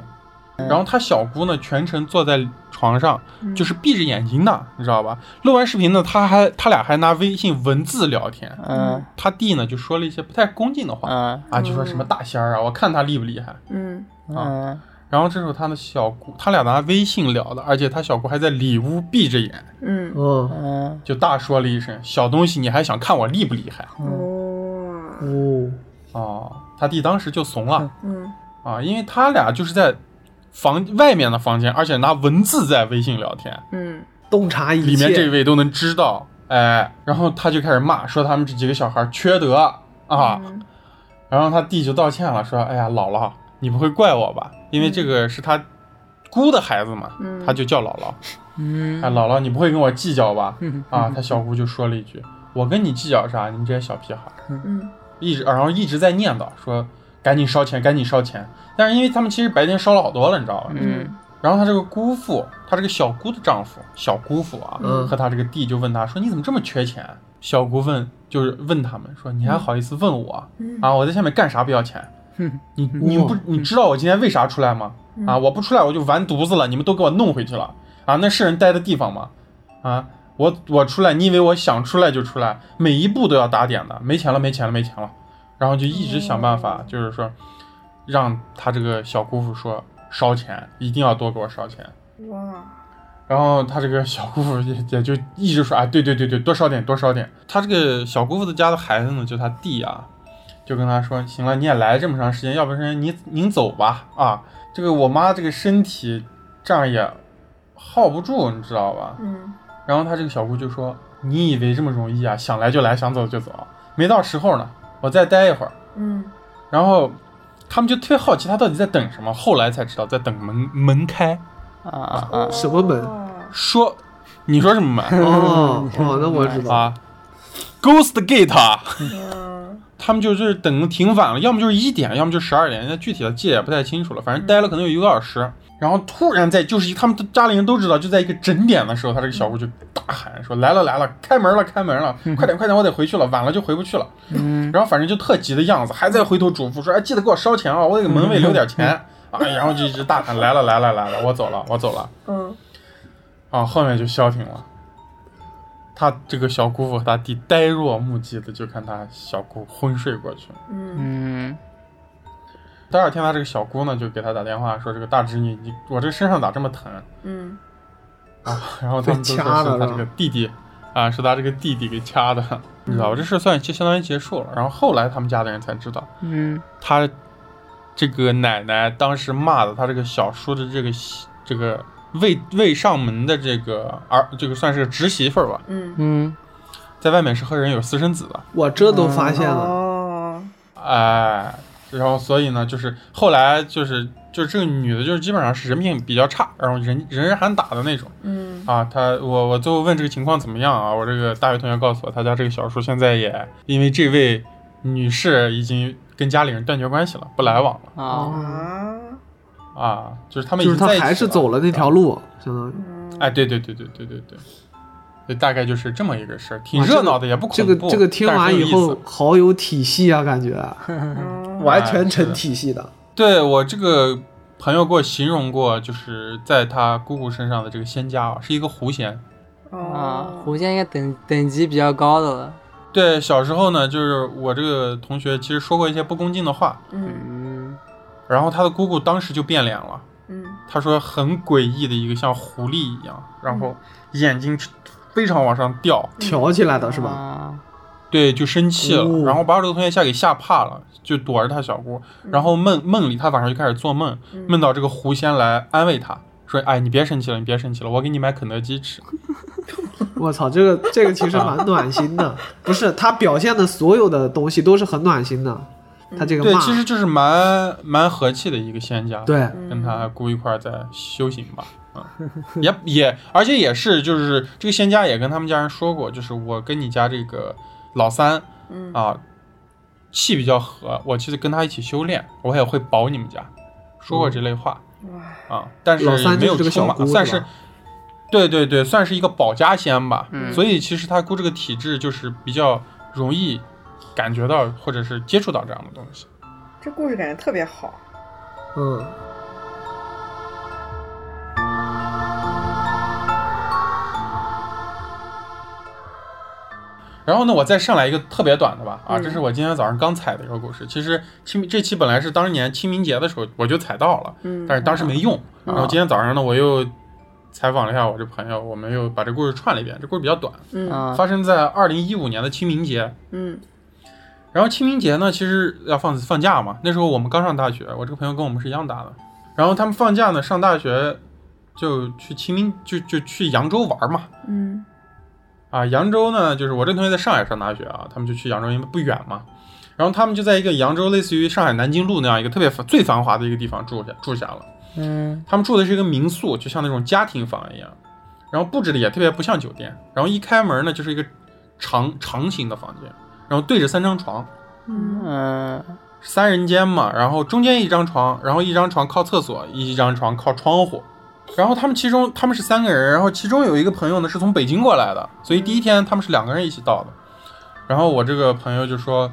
Speaker 1: 然后他小姑呢，全程坐在床上，
Speaker 3: 嗯
Speaker 1: 就是闭着眼睛的，你知道吧？录完视频呢，他还他俩还拿微信文字聊天。
Speaker 2: 嗯
Speaker 1: 他弟呢就说了一些不太恭敬的话
Speaker 2: 啊
Speaker 1: 啊，就说什么大仙儿啊，我看他厉不厉害。
Speaker 3: 嗯
Speaker 2: 嗯
Speaker 1: 然后这时候他的小姑，他俩拿微信聊的，而且他小姑还在里屋闭着眼，
Speaker 3: 嗯
Speaker 4: 嗯，
Speaker 2: 嗯
Speaker 1: 就大说了一声：“小东西，你还想看我厉不厉害
Speaker 3: 哦
Speaker 4: 哦，？”
Speaker 1: 哦，他弟当时就怂了
Speaker 3: 嗯
Speaker 1: 啊，因为他俩就是在房外面的房间，而且拿文字在微信聊天，
Speaker 3: 嗯
Speaker 4: 洞察一切，
Speaker 1: 里面这位都能知道。哎，然后他就开始骂，说他们这几个小孩缺德啊。
Speaker 3: 嗯
Speaker 1: 然后他弟就道歉了，说：“哎呀，姥姥，你不会怪我吧？因为这个是他姑的孩子嘛，
Speaker 3: 嗯
Speaker 1: 他就叫姥姥。”
Speaker 2: 嗯
Speaker 1: 哎，姥姥，你不会跟我计较吧？
Speaker 2: 嗯
Speaker 1: 啊，他小姑就说了一句：“我跟你计较啥？你们这些小屁孩儿！”
Speaker 3: 嗯
Speaker 1: 一直，然后一直在念叨说：“赶紧烧钱，赶紧烧钱。”但是因为他们其实白天烧了好多了，你知道吧？
Speaker 2: 嗯
Speaker 1: 然后他这个姑父，他这个小姑的丈夫，小姑父啊，
Speaker 4: 嗯
Speaker 1: 和他这个弟就问他说：“你怎么这么缺钱？”小姑问，就是问他们说：“你还好意思问我
Speaker 3: 嗯
Speaker 1: 啊？我在下面干啥不要钱？
Speaker 2: 嗯
Speaker 1: 你你不你知道我今天为啥出来吗？
Speaker 3: 음.嗯
Speaker 1: 啊，我不出来我就完犊子了，你们都给我弄回去了啊！那是人待的地方吗？啊，我我出来，你以为我想出来就出来，每一步都要打点的，没钱了，没钱了，没钱了，然后就一直想办法，就是说让他这个小姑父说烧钱，一定要多给我烧钱。
Speaker 3: 哇
Speaker 1: 然后他这个小姑父也也就一直说，哎，对对对对，多烧点，多烧点。他这个小姑父的家的孩子呢，就他弟啊，就跟他说，行了，你也来这么长时间，要不然你您走吧啊，这个我妈这个身体这样也耗不住，你知道吧？
Speaker 3: 嗯
Speaker 1: 然后他这个小姑就说，你以为这么容易啊？想来就来，想走就走，没到时候呢，我再待一会儿。
Speaker 3: 嗯
Speaker 1: 然后他们就特别好奇他到底在等什么，后来才知道在等门门开。
Speaker 2: 啊啊
Speaker 4: 什么门
Speaker 3: 哇
Speaker 1: 说，你说什么门？
Speaker 4: 哦哦，那我知道。
Speaker 1: 啊，Ghost Gate，
Speaker 3: 嗯，
Speaker 1: 他们就是等的挺晚了，要么就是一点，要么就十二点，那具体的记得也不太清楚了，反正待了可能有一个多小时，然后突然在就是一他们的家里人都知道，就在一个整点的时候，他这个小姑就大喊说来了来了，开门了开门了，快点快点，我得回去了，晚了就回不去了。
Speaker 2: 嗯，
Speaker 1: 然后反正就特急的样子，还在回头嘱咐说：“哎，记得给我烧钱啊，我得给门卫留点钱啊。”然后就一直大喊：“来了来了来了，我走了我走了
Speaker 3: 嗯，！”
Speaker 1: 啊，后面就消停了。他这个小姑父和他弟呆若木鸡的就看他小姑昏睡过去了。
Speaker 3: 음.
Speaker 2: 음.嗯，
Speaker 1: 第二天，他这个小姑呢就给他打电话说：“这个大侄女，你我这身上咋这么疼
Speaker 3: 嗯，
Speaker 1: 啊？”然后他们都说
Speaker 4: 被掐的
Speaker 1: 是他
Speaker 4: 是吧嗯
Speaker 1: 这个弟弟啊，是他这个弟弟给掐的，你知道吧？这事算就相当于结束了。然后后来他们家的人才知道。
Speaker 2: 嗯，
Speaker 1: 他这个奶奶当时骂的他这个小叔的这个媳这个未未上门的这个儿，这个算是侄媳妇儿吧，
Speaker 3: 嗯，
Speaker 2: 嗯，
Speaker 1: 在外面是和人有私生子的，
Speaker 4: 我这都发现了，
Speaker 3: 哦，
Speaker 1: 哎，然后所以呢，就是后来就是就是这个女的，就是基本上是人品比较差，然后人人人喊打的那种
Speaker 3: 嗯，
Speaker 1: 啊。她我我最后问这个情况怎么样啊，我这个大学同学告诉我，他家这个小叔现在也因为这位女士已经跟家里人断绝关系了，不来往了。
Speaker 2: 啊，
Speaker 3: 啊，
Speaker 1: 啊，就是他们已
Speaker 4: 就是
Speaker 1: 经
Speaker 4: 他
Speaker 1: 在一起
Speaker 4: 还是走了那条路，相当于
Speaker 3: 嗯，
Speaker 1: 哎，对对对对对对对，对大概就是这么一个事儿，挺
Speaker 4: 哇这
Speaker 1: 热
Speaker 4: 个
Speaker 1: 闹的，也不
Speaker 4: 这
Speaker 1: 恐
Speaker 4: 个
Speaker 1: 怖。
Speaker 4: 这个听
Speaker 1: 但
Speaker 4: 完
Speaker 1: 是很有
Speaker 4: 以
Speaker 1: 意
Speaker 4: 后
Speaker 1: 思，
Speaker 4: 好有体系啊，感觉哎
Speaker 3: 哦
Speaker 4: 完全成体系的。
Speaker 1: 对我这个朋友给我形容过，就是在他姑姑身上的这个仙家啊，是一个狐仙。
Speaker 3: 어.
Speaker 2: 啊，
Speaker 3: 哦，
Speaker 2: 狐仙应该等等级比较高的了，
Speaker 1: 对，小时候呢，就是我这个同学其实说过一些不恭敬的话，
Speaker 3: 嗯
Speaker 2: 嗯，
Speaker 1: 然后他的姑姑当时就变脸了，
Speaker 3: 嗯，
Speaker 1: 他说很诡异的一个像狐狸一样，然后眼睛非常往上掉，
Speaker 4: 挑起来的是吧？
Speaker 2: 吧？
Speaker 1: 对，就生气了，
Speaker 4: 哦
Speaker 1: 然后把我这个同学吓给吓怕了，就躲着他小姑，然后梦梦里他晚上就开始做梦，梦到这个狐仙来安慰他，说：“哎，你别生气了，你别生气了，我给你买肯德基吃。嗯
Speaker 4: 我操，这个这个其实蛮暖心 的，不是他表现的所有的东西都是很暖心的，他
Speaker 3: 음.
Speaker 4: 这”个
Speaker 1: 对，
Speaker 4: 骂，
Speaker 1: 其实就是蛮蛮和气的一个仙家，，
Speaker 4: 对
Speaker 1: 跟他姑一块儿在修行吧，嗯，也也，而且也是，就是这个仙家也跟他们家人说过，就是我跟你家这个老三
Speaker 3: 嗯，
Speaker 1: 啊，气比较和，我其实跟他一起修炼，我也会保你们家，说过这类话。
Speaker 3: 嗯哇，
Speaker 1: 啊，但是
Speaker 4: 老三
Speaker 1: 没有
Speaker 4: 就是这个
Speaker 1: 出
Speaker 4: 小
Speaker 1: 马，
Speaker 4: 姑
Speaker 1: 算
Speaker 4: 是
Speaker 1: 是
Speaker 4: 吧
Speaker 1: 对对对，算是一个保家仙吧。
Speaker 2: 嗯
Speaker 1: 所以其实他姑这个体质就是比较容易感觉到或者是接触到这样的东西。
Speaker 3: 这故事感觉特别好，
Speaker 4: 嗯，
Speaker 1: 然后呢，我再上来一个特别短的吧，啊，
Speaker 3: 嗯
Speaker 1: 这是我今天早上刚踩的一个故事。其实清这期本来是当年清明节的时候我就踩到了，
Speaker 3: 嗯
Speaker 1: 但是当时没用。
Speaker 2: 嗯
Speaker 1: 然后今天早上呢，我又采访了一下我这朋友，我们又把这故事串了一遍。这故事比较短，
Speaker 3: 嗯
Speaker 2: 啊，
Speaker 1: 发生在二零一五年的清明节。
Speaker 3: 嗯
Speaker 1: 然后清明节呢，其实要放放假嘛。那时候我们刚上大学，我这个朋友跟我们是一样大的。然后他们放假呢，上大学就去清明，就就去扬州玩嘛。
Speaker 3: 嗯
Speaker 1: 啊，扬州呢，就是我这同学在上海上大学啊，他们就去扬州，因为不远嘛。然后他们就在一个扬州类似于上海南京路那样一个特别繁最繁华的一个地方住下住下了。
Speaker 2: 嗯，
Speaker 1: 他们住的是一个民宿，就像那种家庭房一样，然后布置的也特别不像酒店。然后一开门呢，就是一个长长形的房间，然后对着三张床。
Speaker 3: 嗯
Speaker 2: 嗯，
Speaker 1: 三人间嘛，然后中间一张床，然后一张床靠厕所，一张床靠窗户。然后他们其中他们是三个人，然后其中有一个朋友呢是从北京过来的，所以第一天他们是两个人一起到的。然后我这个朋友就说，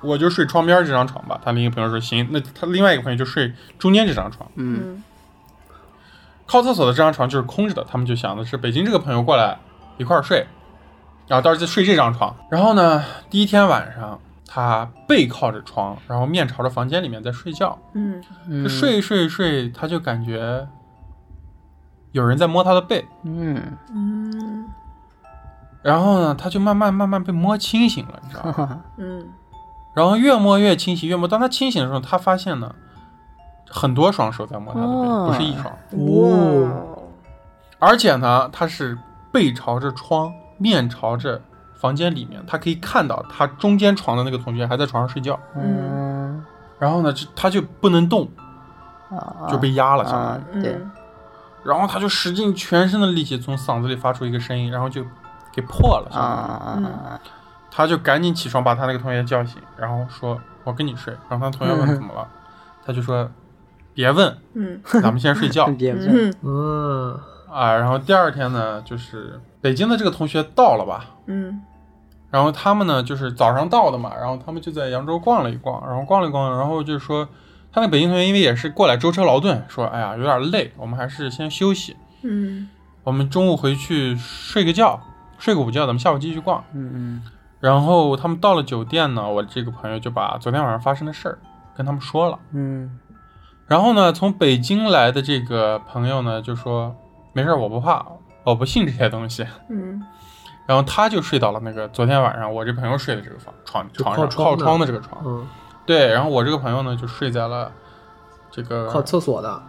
Speaker 1: 我就睡窗边这张床吧。他另一个朋友说行，那他另外一个朋友就睡中间这张床，
Speaker 2: 嗯，
Speaker 3: 嗯
Speaker 1: 靠厕所的这张床就是空着的。他们就想的是北京这个朋友过来一块儿睡，然后到时候就睡这张床。然后呢，第一天晚上他背靠着床，然后面朝着房间里面在睡觉。
Speaker 3: 嗯
Speaker 1: 就
Speaker 2: 嗯，
Speaker 1: 睡一睡一睡，他就感觉有人在摸他的背，
Speaker 2: 嗯，
Speaker 3: 嗯
Speaker 1: 然后呢，他就慢慢慢慢被摸清醒了，你知道
Speaker 2: 哈
Speaker 1: 吗？
Speaker 2: 哈，
Speaker 3: 嗯
Speaker 1: 然后越摸越清醒，越摸，当他清醒的时候，他发现呢，很多双手在摸他的
Speaker 2: 哦
Speaker 1: 背，不是一双，
Speaker 4: 哦
Speaker 1: 而且呢，他是背朝着窗，面朝着房间里面，他可以看到他中间床的那个同学还在床上睡觉，
Speaker 2: 嗯，
Speaker 1: 然后呢，这他就不能动，
Speaker 2: 啊，
Speaker 1: 就被压了，相当于。
Speaker 2: 啊，对，
Speaker 3: 嗯
Speaker 1: 然后他就使尽全身的力气从嗓子里发出一个声音，然后就给破了。
Speaker 2: 啊啊
Speaker 1: 他就赶紧起床把他那个同学叫醒，然后说：“我跟你睡。”然后他同学问怎么了，他就说：“别问，
Speaker 3: 嗯
Speaker 1: 咱们先睡觉
Speaker 2: 啊！。别
Speaker 3: 嗯
Speaker 2: 问，
Speaker 3: 哼
Speaker 4: 嗯，”
Speaker 1: 啊，然后第二天呢，就是北京的这个同学到了吧，
Speaker 3: 嗯
Speaker 1: 然后他们呢，就是早上到的嘛，然后他们就在扬州逛了一逛，然后逛了一逛，然后就说，他那北京同学因为也是过来舟车劳顿，说，哎呀，有点累，我们还是先休息，
Speaker 3: 嗯
Speaker 1: 我们中午回去睡个觉，睡个午觉，咱们下午继续逛。
Speaker 2: 嗯
Speaker 1: 然后他们到了酒店呢，我这个朋友就把昨天晚上发生的事儿跟他们说了。
Speaker 2: 嗯
Speaker 1: 然后呢，从北京来的这个朋友呢，就说，没事儿，我不怕，我不信这些东西。
Speaker 3: 嗯
Speaker 1: 然后他就睡到了那个昨天晚上我这朋友睡的这个房床
Speaker 4: 就
Speaker 1: 床
Speaker 4: 靠
Speaker 1: 上
Speaker 4: 窗
Speaker 1: 靠
Speaker 4: 的
Speaker 1: 窗的这个床。
Speaker 4: 嗯，
Speaker 1: 对，然后我这个朋友呢就睡在了这个
Speaker 4: 靠厕所的，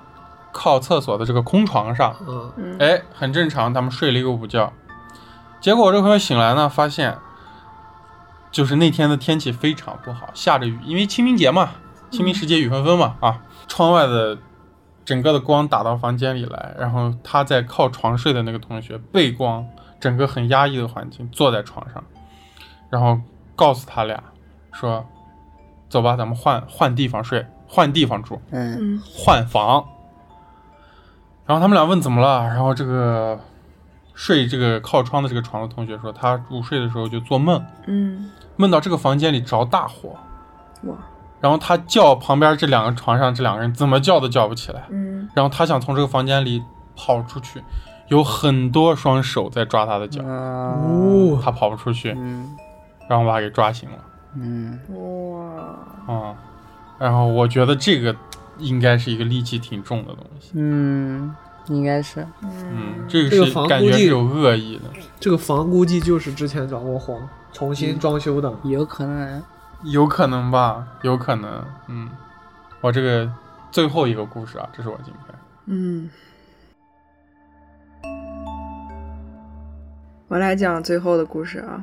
Speaker 1: 靠厕所的这个空床上，
Speaker 4: 嗯，
Speaker 3: 嗯，
Speaker 1: 哎，很正常，他们睡了一个午觉。结果我这个朋友醒来呢，发现就是那天的天气非常不好，下着雨，因为清明节嘛，清明时节雨纷纷嘛啊，窗外的整个的光打到房间里来，然后他在靠床睡的那个同学背光，整个很压抑的环境，坐在床上，然后告诉他俩说：“走吧，咱们换换地方睡，换地方住。”
Speaker 2: 嗯
Speaker 3: 嗯
Speaker 1: 换房。然后他们俩问怎么了，然后这个睡这个靠窗的这个床的同学说，他午睡的时候就做梦，
Speaker 3: 嗯，
Speaker 1: 梦到这个房间里着大火，
Speaker 3: 哇，
Speaker 1: 然后他叫旁边这两个床上这两个人怎么叫都叫不起来，
Speaker 3: 嗯
Speaker 1: 然后他想从这个房间里跑出去，有很多双手在抓他的脚，
Speaker 2: 啊
Speaker 4: 哦，
Speaker 1: 他跑不出去，
Speaker 2: 嗯
Speaker 1: 然后把他给抓醒了
Speaker 2: 嗯
Speaker 3: 哇，
Speaker 1: 啊、然后我觉得这个应该是一个戾气挺重的东西，
Speaker 2: 嗯，应该是
Speaker 1: 嗯，这个
Speaker 4: 这个
Speaker 1: 是
Speaker 4: 房
Speaker 1: 感
Speaker 4: 估
Speaker 1: 觉
Speaker 4: 计
Speaker 1: 是有恶意的。
Speaker 4: 这个房估计就是之前着过火，重新
Speaker 3: 嗯
Speaker 4: 装修的，
Speaker 2: 有可能。
Speaker 1: 有可能吧，有可能。嗯，我这个最后一个故事啊，这是我今天。
Speaker 3: 嗯，我来讲最后的故事啊。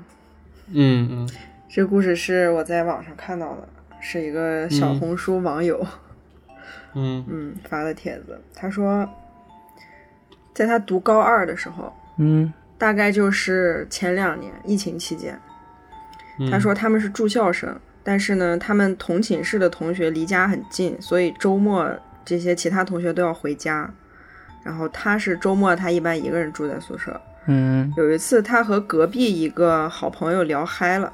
Speaker 1: 嗯嗯
Speaker 3: 这个故事是我在网上看到的，是一个小
Speaker 1: 嗯
Speaker 3: 红书网友
Speaker 1: 嗯
Speaker 3: 嗯发的帖子。他说，在他读高二的时候，
Speaker 2: 嗯
Speaker 3: 大概就是前两年疫情期间，
Speaker 1: 嗯，
Speaker 3: 他说他们是住校生，但是呢，他们同寝室的同学离家很近，所以周末这些其他同学都要回家。然后他是周末他一般一个人住在宿舍。
Speaker 2: 嗯
Speaker 3: 有一次他和隔壁一个好朋友聊嗨了，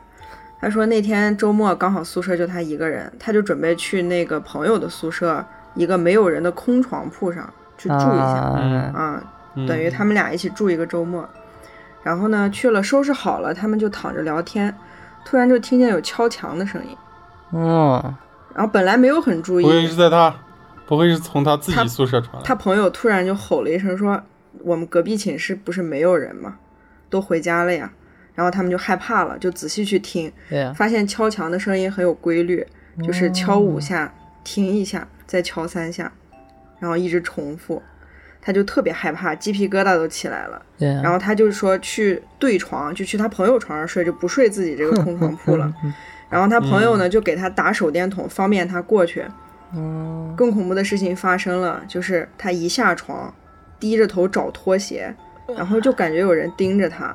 Speaker 3: 他说那天周末刚好宿舍就他一个人，他就准备去那个朋友的宿舍一个没有人的空床铺上去住一下
Speaker 2: 啊
Speaker 3: 啊，
Speaker 1: 嗯
Speaker 3: 等于他们俩一起住一个周末。然后呢，去了收拾好了，他们就躺着聊天，突然就听见有敲墙的声音。
Speaker 2: 哦
Speaker 3: 然后本来没有很注
Speaker 1: 不会是
Speaker 3: 意，
Speaker 1: 在他，不会是从他自己宿舍传来
Speaker 3: 他朋友突然就吼了一声说：“我们隔壁寝室不是没有人吗？都回家了呀。”然后他们就害怕了，就仔细去听，
Speaker 2: 对啊呀，
Speaker 3: 发现敲墙的声音很有规律，就是敲五下，停一下，再敲三下，然后一直重复。他就特别害怕，鸡皮疙瘩都起来了。
Speaker 2: 对啊呀，
Speaker 3: 然后他就说去对床，就去他朋友床上睡，就不睡自己这个空床 铺了。然后他朋友呢就给他打手电筒，方便他过去。
Speaker 2: 嗯
Speaker 3: 更恐怖的事情发生了，就是他一下床，低着头找拖鞋，然后就感觉有人盯着他，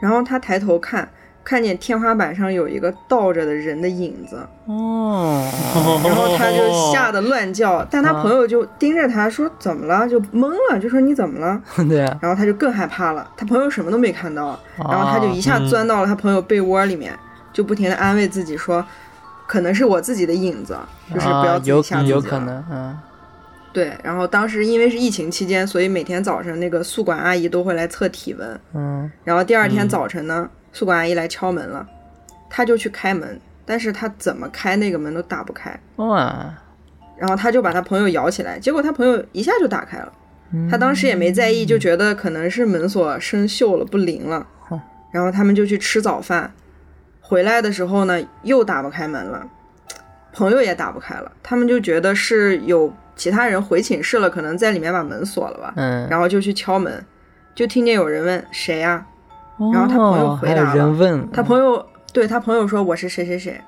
Speaker 3: 然后他抬头看，看见天花板上有一个倒着的人的影子，
Speaker 2: 哦
Speaker 3: 然后他就吓得乱叫，但他
Speaker 2: 啊
Speaker 3: 朋友就盯着他说怎么了，就懵了，就说你怎么了？
Speaker 2: 对啊呀，
Speaker 3: 然后他就更害怕了，他朋友什么都没看到，然后他
Speaker 2: 哦
Speaker 3: 就一下
Speaker 2: 嗯
Speaker 3: 钻到了他朋友被窝里面，就不停的安慰自己说，可能是我自己的影子，就是不要
Speaker 2: 啊
Speaker 3: 自己
Speaker 2: 有
Speaker 3: 吓自己了
Speaker 2: 有可能嗯
Speaker 3: 对，然后当时因为是疫情期间，所以每天早晨那个宿管阿姨都会来测体温，
Speaker 2: 嗯
Speaker 3: 然后第二天
Speaker 1: 嗯
Speaker 3: 早晨呢，宿管阿姨来敲门了，他就去开门，但是他怎么开那个门都打不开，
Speaker 2: 哇，
Speaker 3: 然后他就把他朋友摇起来，结果他朋友一下就打开了。他当时也没在意，就觉得可能是门锁生锈了，不灵了
Speaker 2: 好。
Speaker 3: 然后他们就去吃早饭，回来的时候呢，又打不开门了，朋友也打不开了。他们就觉得是有其他人回寝室了，可能在里面把门锁了吧，
Speaker 2: 嗯，
Speaker 3: 然后就去敲门，就听见有人问谁呀、
Speaker 2: 然
Speaker 3: 然后他朋友回答了
Speaker 2: 哦还有人问
Speaker 3: 他朋友对他朋友说我是谁谁谁，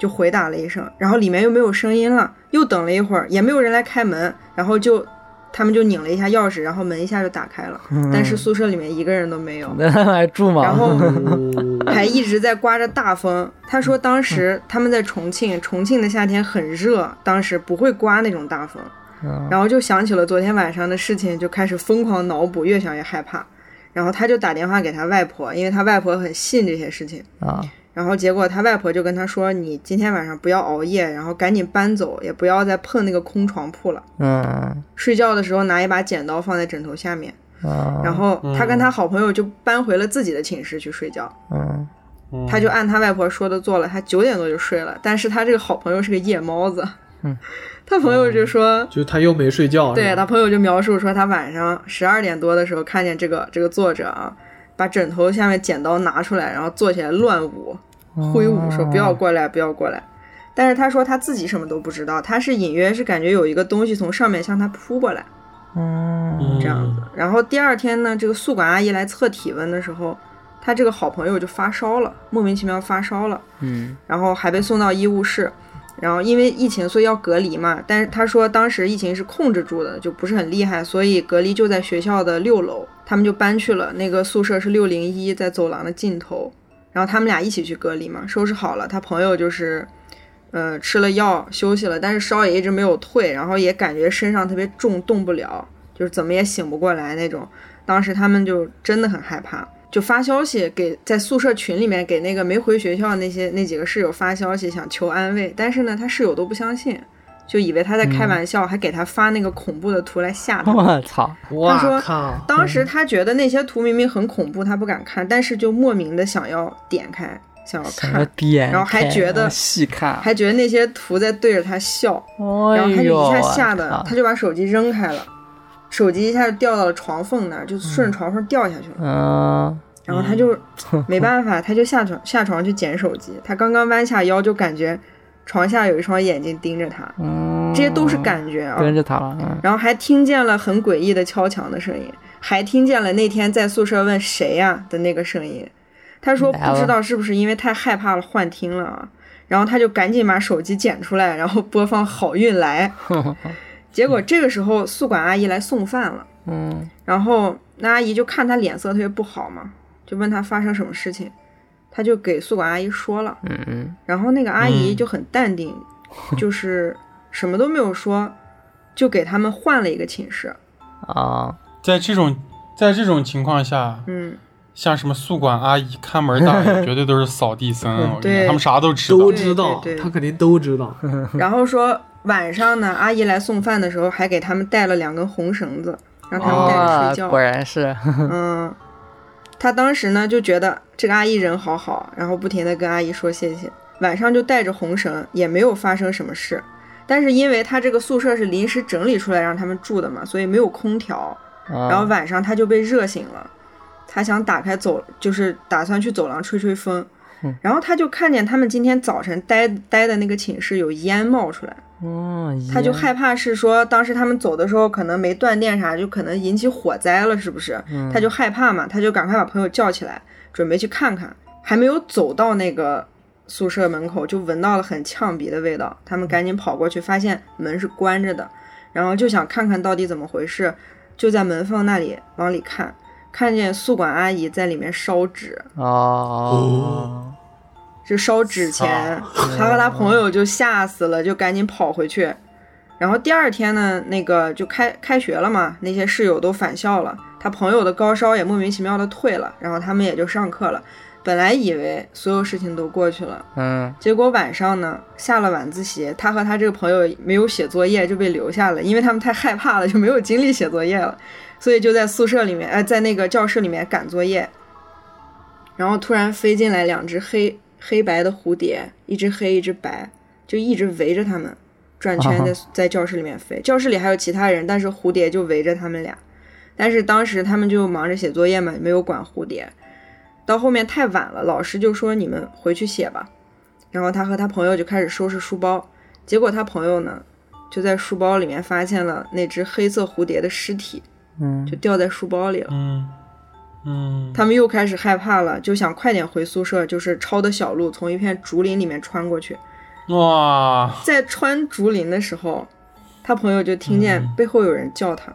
Speaker 3: 就回答了一声，然后里面又没有声音了，又等了一会儿，也没有人来开门，然后就他们就拧了一下钥匙，然后门一下就打开了，但是宿舍里面一个人都没有。
Speaker 2: 那他嗯 们还住吗？
Speaker 3: 然 后
Speaker 4: 嗯
Speaker 3: 还一直在刮着大风。他说当
Speaker 2: 嗯
Speaker 3: 时他们在重庆，重庆的夏天很热，当时不会刮那种大风。
Speaker 2: 嗯
Speaker 3: 然后就想起了昨天晚上的事情，就开始疯狂脑补，越想越害怕。然后他就打电话给他外婆，因为他外婆很信这些事情。
Speaker 2: 啊，
Speaker 3: 然后结果他外婆就跟他说：“你今天晚上不要熬夜，然后赶紧搬走，也不要再碰那个空床铺了。
Speaker 2: 嗯
Speaker 3: 睡觉的时候拿一把剪刀放在枕头下面。”
Speaker 2: 嗯
Speaker 3: 然后他跟他好朋友就搬回了自己的寝室去睡觉。
Speaker 2: 嗯，
Speaker 1: 嗯
Speaker 3: 他就按他外婆说的做了，他九点多就睡了。但是他这个好朋友是个夜猫子，
Speaker 2: 嗯，
Speaker 3: 他朋友就说，
Speaker 4: 就他又没睡觉，
Speaker 3: 对
Speaker 4: 是吧
Speaker 3: 他朋友就描述说，他晚上十二点多的时候看见这个这个作者啊，把枕头下面剪刀拿出来，然后坐起来乱舞
Speaker 2: 哦
Speaker 3: 挥舞，说不要过来，不要过来。但是他说他自己什么都不知道，他是隐约是感觉有一个东西从上面向他扑过来，
Speaker 2: 嗯
Speaker 3: 这样子。然后第二天呢，这个宿管阿姨来测体温的时候，他这个好朋友就发烧了，莫名其妙发烧了。
Speaker 2: 嗯
Speaker 3: 然后还被送到医务室。然后因为疫情，所以要隔离嘛。但是他说当时疫情是控制住的，就不是很厉害，所以隔离就在学校的六楼，他们就搬去了那个宿舍是六零一，在走廊的尽头。然后他们俩一起去隔离嘛，收拾好了，他朋友就是，呃，吃了药休息了，但是烧也一直没有退，然后也感觉身上特别重，动不了，就是怎么也醒不过来那种。当时他们就真的很害怕，就发消息给在宿舍群里面给那个没回学校那些那几个室友发消息，想求安慰。但是呢，他室友都不相信，就以为他在开玩笑，还给他发那个恐怖的图来吓他。
Speaker 2: 我操，
Speaker 3: 他说
Speaker 4: 哇靠，
Speaker 3: 当时他觉得那些图明明很恐怖，他不敢看，但是就莫名的想要点开，想要
Speaker 2: 什么
Speaker 3: 看，
Speaker 2: 点开？
Speaker 3: 然后还觉得
Speaker 2: 细看，
Speaker 3: 还觉得那些图在对着他笑。然
Speaker 2: 然
Speaker 3: 后他就一下吓得，
Speaker 2: 哎
Speaker 3: 他就把手机扔开了，手机一下就掉到了床缝那儿，就顺着床缝掉下去了。
Speaker 2: 嗯
Speaker 3: 然后他就没办法， 他就下床下床去捡手机。他刚刚弯下腰，就感觉床下有一双眼睛盯着他，
Speaker 2: 嗯，
Speaker 3: 这些都是感觉啊。
Speaker 2: 跟着他了，嗯
Speaker 3: 然后还听见了很诡异的敲墙的声音，还听见了那天在宿舍问谁呀、的那个声音。他说
Speaker 2: 来了
Speaker 3: 不知道是不是因为太害怕了幻听了啊，然后他就赶紧把手机捡出来，然后播放《好运来》。结果这个时候宿管阿姨来送饭了。
Speaker 2: 嗯
Speaker 3: 然后那阿姨就看他脸色特别不好嘛，就问他发生什么事情，他就给宿管阿姨说了，
Speaker 2: 嗯嗯，
Speaker 3: 然后那个阿姨
Speaker 1: 嗯
Speaker 3: 就很淡定，就是什么都没有说，就给他们换了一个寝室。
Speaker 2: 啊，
Speaker 1: 在这种在这种情况下，
Speaker 3: 嗯，
Speaker 1: 像什么宿管阿姨、看门大 爷，绝对都是扫地僧。我跟你
Speaker 3: 对
Speaker 1: 讲，他们啥都知道。
Speaker 4: 都知道
Speaker 3: 对对，对
Speaker 4: 他肯定都知道，
Speaker 3: 然后说晚上呢，阿姨来送饭的时候还给他们带了两根红绳子，让他们带着
Speaker 2: 哦
Speaker 3: 睡觉。，
Speaker 2: 果然是，
Speaker 3: 嗯，他当时呢就觉得这个阿姨人好好，然后不停的跟阿姨说谢谢。晚上就带着红绳，也没有发生什么事。但是因为他这个宿舍是临时整理出来让他们住的嘛，所以没有空调。然
Speaker 2: 然
Speaker 3: 后晚上他就被热醒了，他想打开走，就是打算去走廊吹吹风
Speaker 2: 嗯。
Speaker 3: 然后他就看见他们今天早晨待待的那个寝室有烟冒出来，
Speaker 2: 嗯，
Speaker 3: 他就
Speaker 2: 一样
Speaker 3: 害怕是说当时他们走的时候可能没断电啥，就可能引起火灾了，是不是？
Speaker 2: 嗯
Speaker 3: 他就害怕嘛，他就赶快把朋友叫起来，准备去看看。还没有走到那个宿舍门口，就闻到了很呛鼻的味道。他们赶紧跑过去，发现门是关着的，然后就想看看到底怎么回事，就在门缝那里往里看，看见宿管阿姨在里面烧纸，
Speaker 2: 哦，
Speaker 3: 是烧纸钱，他和他朋友就吓死了，就赶紧跑回去。然后第二天呢，那个就开开学了嘛，那些室友都返校了，他朋友的高烧也莫名其妙的退了，然后他们也就上课了。本来以为所有事情都过去了，
Speaker 2: 嗯，
Speaker 3: 结果晚上呢，下了晚自习，他和他这个朋友没有写作业就被留下了，因为他们太害怕了，就没有精力写作业了，所以就在宿舍里面，呃，在那个教室里面赶作业。然后突然飞进来两只黑黑白的蝴蝶，一只黑一只白，就一直围着他们转圈
Speaker 2: 啊
Speaker 3: 在，
Speaker 2: 哈
Speaker 3: 在教室里面飞。教室里还有其他人，但是蝴蝶就围着他们俩。但是当时他们就忙着写作业嘛，没有管蝴蝶。到后面太晚了，老师就说你们回去写吧。然后他和他朋友就开始收拾书包，结果他朋友呢就在书包里面发现了那只黑色蝴蝶的尸体，
Speaker 2: 嗯
Speaker 3: 就掉在书包里了。
Speaker 1: 嗯嗯，
Speaker 3: 他们又开始害怕了，就想快点回宿舍，就是抄的小路，从一片竹林里面穿过去。
Speaker 1: 哇，
Speaker 3: 在穿竹林的时候，他朋友就听见
Speaker 5: 嗯
Speaker 3: 背后有人叫他，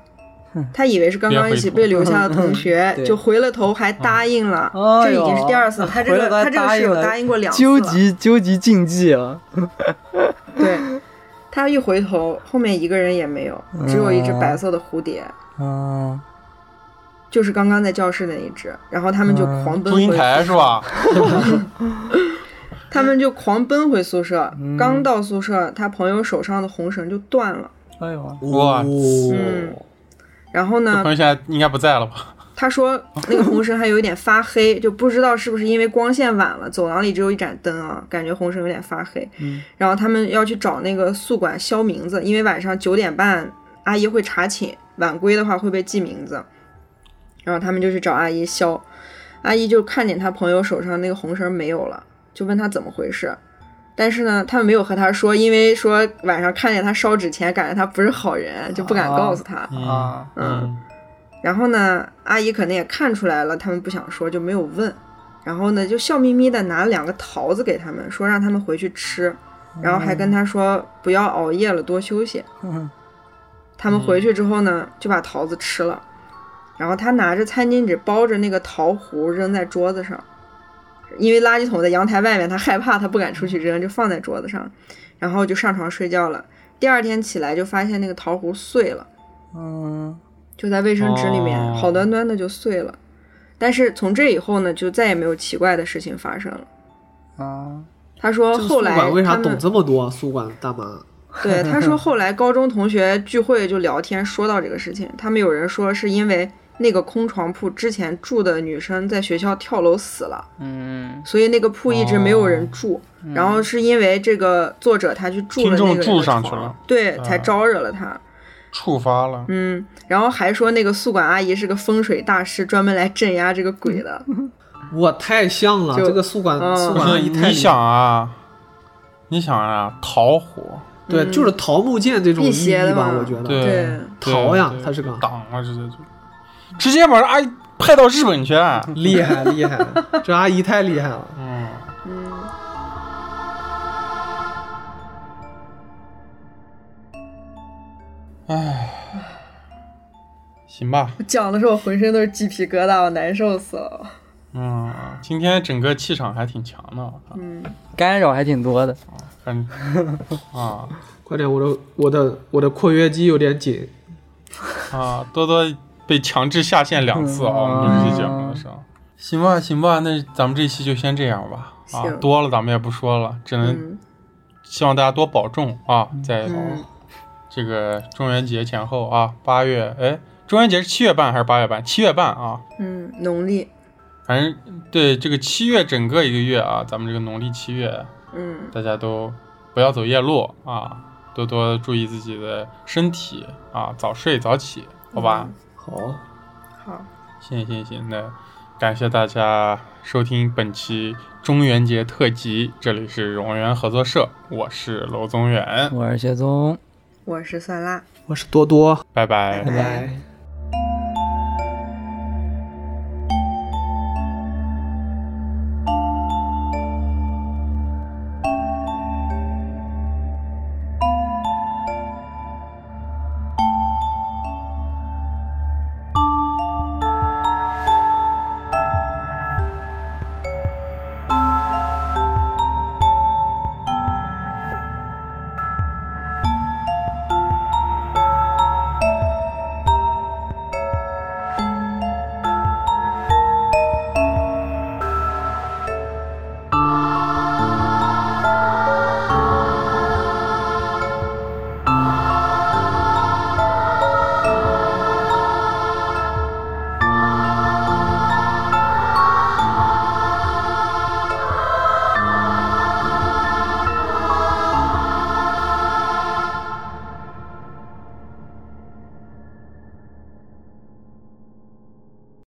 Speaker 3: 他以为是刚刚一起被留下的同学，
Speaker 5: 对
Speaker 3: 就回了头还答应了。
Speaker 5: 哎
Speaker 3: 这
Speaker 5: 呦
Speaker 3: 已经是第二次，他这
Speaker 5: 回
Speaker 3: 个
Speaker 5: 了头还
Speaker 3: 他这个
Speaker 5: 答
Speaker 3: 是
Speaker 5: 应
Speaker 3: 有
Speaker 5: 了
Speaker 3: 答应过两次
Speaker 5: 究
Speaker 3: 了。
Speaker 5: 极究极禁忌了，
Speaker 3: 对，他一回头，后面一个人也没有，只有一只白色的蝴蝶，
Speaker 5: 嗯，
Speaker 3: 就是刚刚在教室那一只。然后他们就狂
Speaker 5: 嗯
Speaker 3: 奔
Speaker 1: 祝英
Speaker 3: 回，
Speaker 1: 台是吧？
Speaker 3: 他们就狂奔回宿舍。
Speaker 1: 嗯
Speaker 3: 刚到宿舍，他朋友手上的红绳就断了。
Speaker 5: 哎呦，
Speaker 1: 哇
Speaker 3: 嗯然后呢
Speaker 1: 哦朋，友现在应该不在了吧？
Speaker 3: 他说那个红绳还有一点发黑，就不知道是不是因为光线晚了，走廊里只有一盏灯啊，感觉红绳有点发黑。
Speaker 5: 嗯
Speaker 3: 然后他们要去找那个宿管消名字，因为晚上九点半阿姨会查寝，晚归的话会被记名字。然后他们就去找阿姨消，阿姨就看见他朋友手上那个红绳没有了，就问他怎么回事。但是呢，他们没有和他说，因为说晚上看见他烧纸钱，感觉他不是好人，就不敢
Speaker 5: 啊
Speaker 3: 告诉他。
Speaker 1: 嗯
Speaker 5: 啊，
Speaker 3: 嗯，然后呢，阿姨可能也看出来了，他们不想说，就没有问。然后呢，就笑眯眯的拿了两个桃子给他们，说让他们回去吃，然后还跟他说不要熬夜了，多休息。
Speaker 5: 嗯
Speaker 3: 他们回去之后呢，就把桃子吃了。然后他拿着餐巾纸包着那个桃核扔在桌子上，因为垃圾桶在阳台外面，他害怕，他不敢出去扔，就放在桌子上，然后就上床睡觉了。第二天起来就发现那个桃核碎了。
Speaker 5: 嗯，
Speaker 3: 就在卫生纸里面，
Speaker 1: 哦
Speaker 3: 好端端的就碎了。但是从这以后呢，就再也没有奇怪的事情发生了。
Speaker 2: 嗯
Speaker 5: 啊，
Speaker 3: 他说
Speaker 4: 这个
Speaker 3: 嗯后来
Speaker 4: 宿管为
Speaker 3: 他
Speaker 4: 啥懂
Speaker 3: 们
Speaker 4: 这么多？啊宿管大妈，
Speaker 3: 对他说后来高中同学聚会就聊天说到这个事情，他们有人说是因为那个空床铺之前住的女生在学校跳楼死了，
Speaker 5: 嗯，
Speaker 3: 所以那个铺一直没有人住。然后是因为这个作者他去住
Speaker 1: 哦听
Speaker 3: 了那个
Speaker 1: 众
Speaker 3: 人
Speaker 1: 住
Speaker 3: 的
Speaker 1: 上
Speaker 3: 床，
Speaker 1: 去了，
Speaker 3: 对，才
Speaker 1: 啊
Speaker 3: 招惹了他。
Speaker 1: 触发了。
Speaker 3: 嗯，然后还说那个宿管阿姨是个风水大师，专门来镇压这个鬼的。
Speaker 1: 嗯
Speaker 4: 我太像了，
Speaker 3: 就
Speaker 4: 这个宿管
Speaker 3: 嗯
Speaker 4: 宿
Speaker 1: 不
Speaker 4: 管阿
Speaker 1: 是
Speaker 4: 姨太
Speaker 1: 你
Speaker 4: 厉害
Speaker 1: 想啊，你想啊，桃火，
Speaker 4: 对，就是桃木剑这种
Speaker 3: 嗯辟
Speaker 4: 寓
Speaker 3: 邪的
Speaker 4: 意吧，
Speaker 3: 嘛
Speaker 4: 我觉得
Speaker 1: 对
Speaker 3: 对，
Speaker 4: 桃呀
Speaker 1: 对
Speaker 4: 它是个
Speaker 1: 挡啊，直接就直接把这阿姨派到日本去。
Speaker 4: 厉害厉害，这阿姨太厉害 了。
Speaker 1: 嗯，
Speaker 3: 嗯，
Speaker 1: 行吧，
Speaker 3: 我讲的时候我浑身都是鸡皮疙瘩，我难受死了。
Speaker 1: 嗯，今天整个气场还挺强的，我靠
Speaker 3: 嗯，
Speaker 5: 干扰还挺多的，
Speaker 1: 反正啊
Speaker 4: 快点，我的我的我的括约肌有点紧，
Speaker 1: 啊，多多被强制下线两次啊，我们这期节目的
Speaker 4: 嗯
Speaker 1: 时候。行吧，行吧，那咱们这期就先这样吧。啊，
Speaker 3: 行
Speaker 1: 多了咱们也不说了，只能
Speaker 3: 嗯
Speaker 1: 希望大家多保重啊，在
Speaker 3: 嗯，
Speaker 1: 这个中元节前后啊，八月哎，中元节是七月半还是八月半？七月半啊，
Speaker 3: 嗯，农历，
Speaker 1: 反正对这个七月整个一个月啊，咱们这个农历七月，
Speaker 3: 嗯
Speaker 1: 大家都不要走夜路啊，多多注意自己的身体啊，早睡早起，好吧？
Speaker 4: 好，啊
Speaker 3: 好，
Speaker 1: 行行行，那感谢大家收听本期中元节特辑，这里是荣源合作社，我是娄宗远，
Speaker 5: 我是雪宗。
Speaker 3: 我是酸辣。
Speaker 4: 我是多多，
Speaker 1: 拜拜
Speaker 4: 拜拜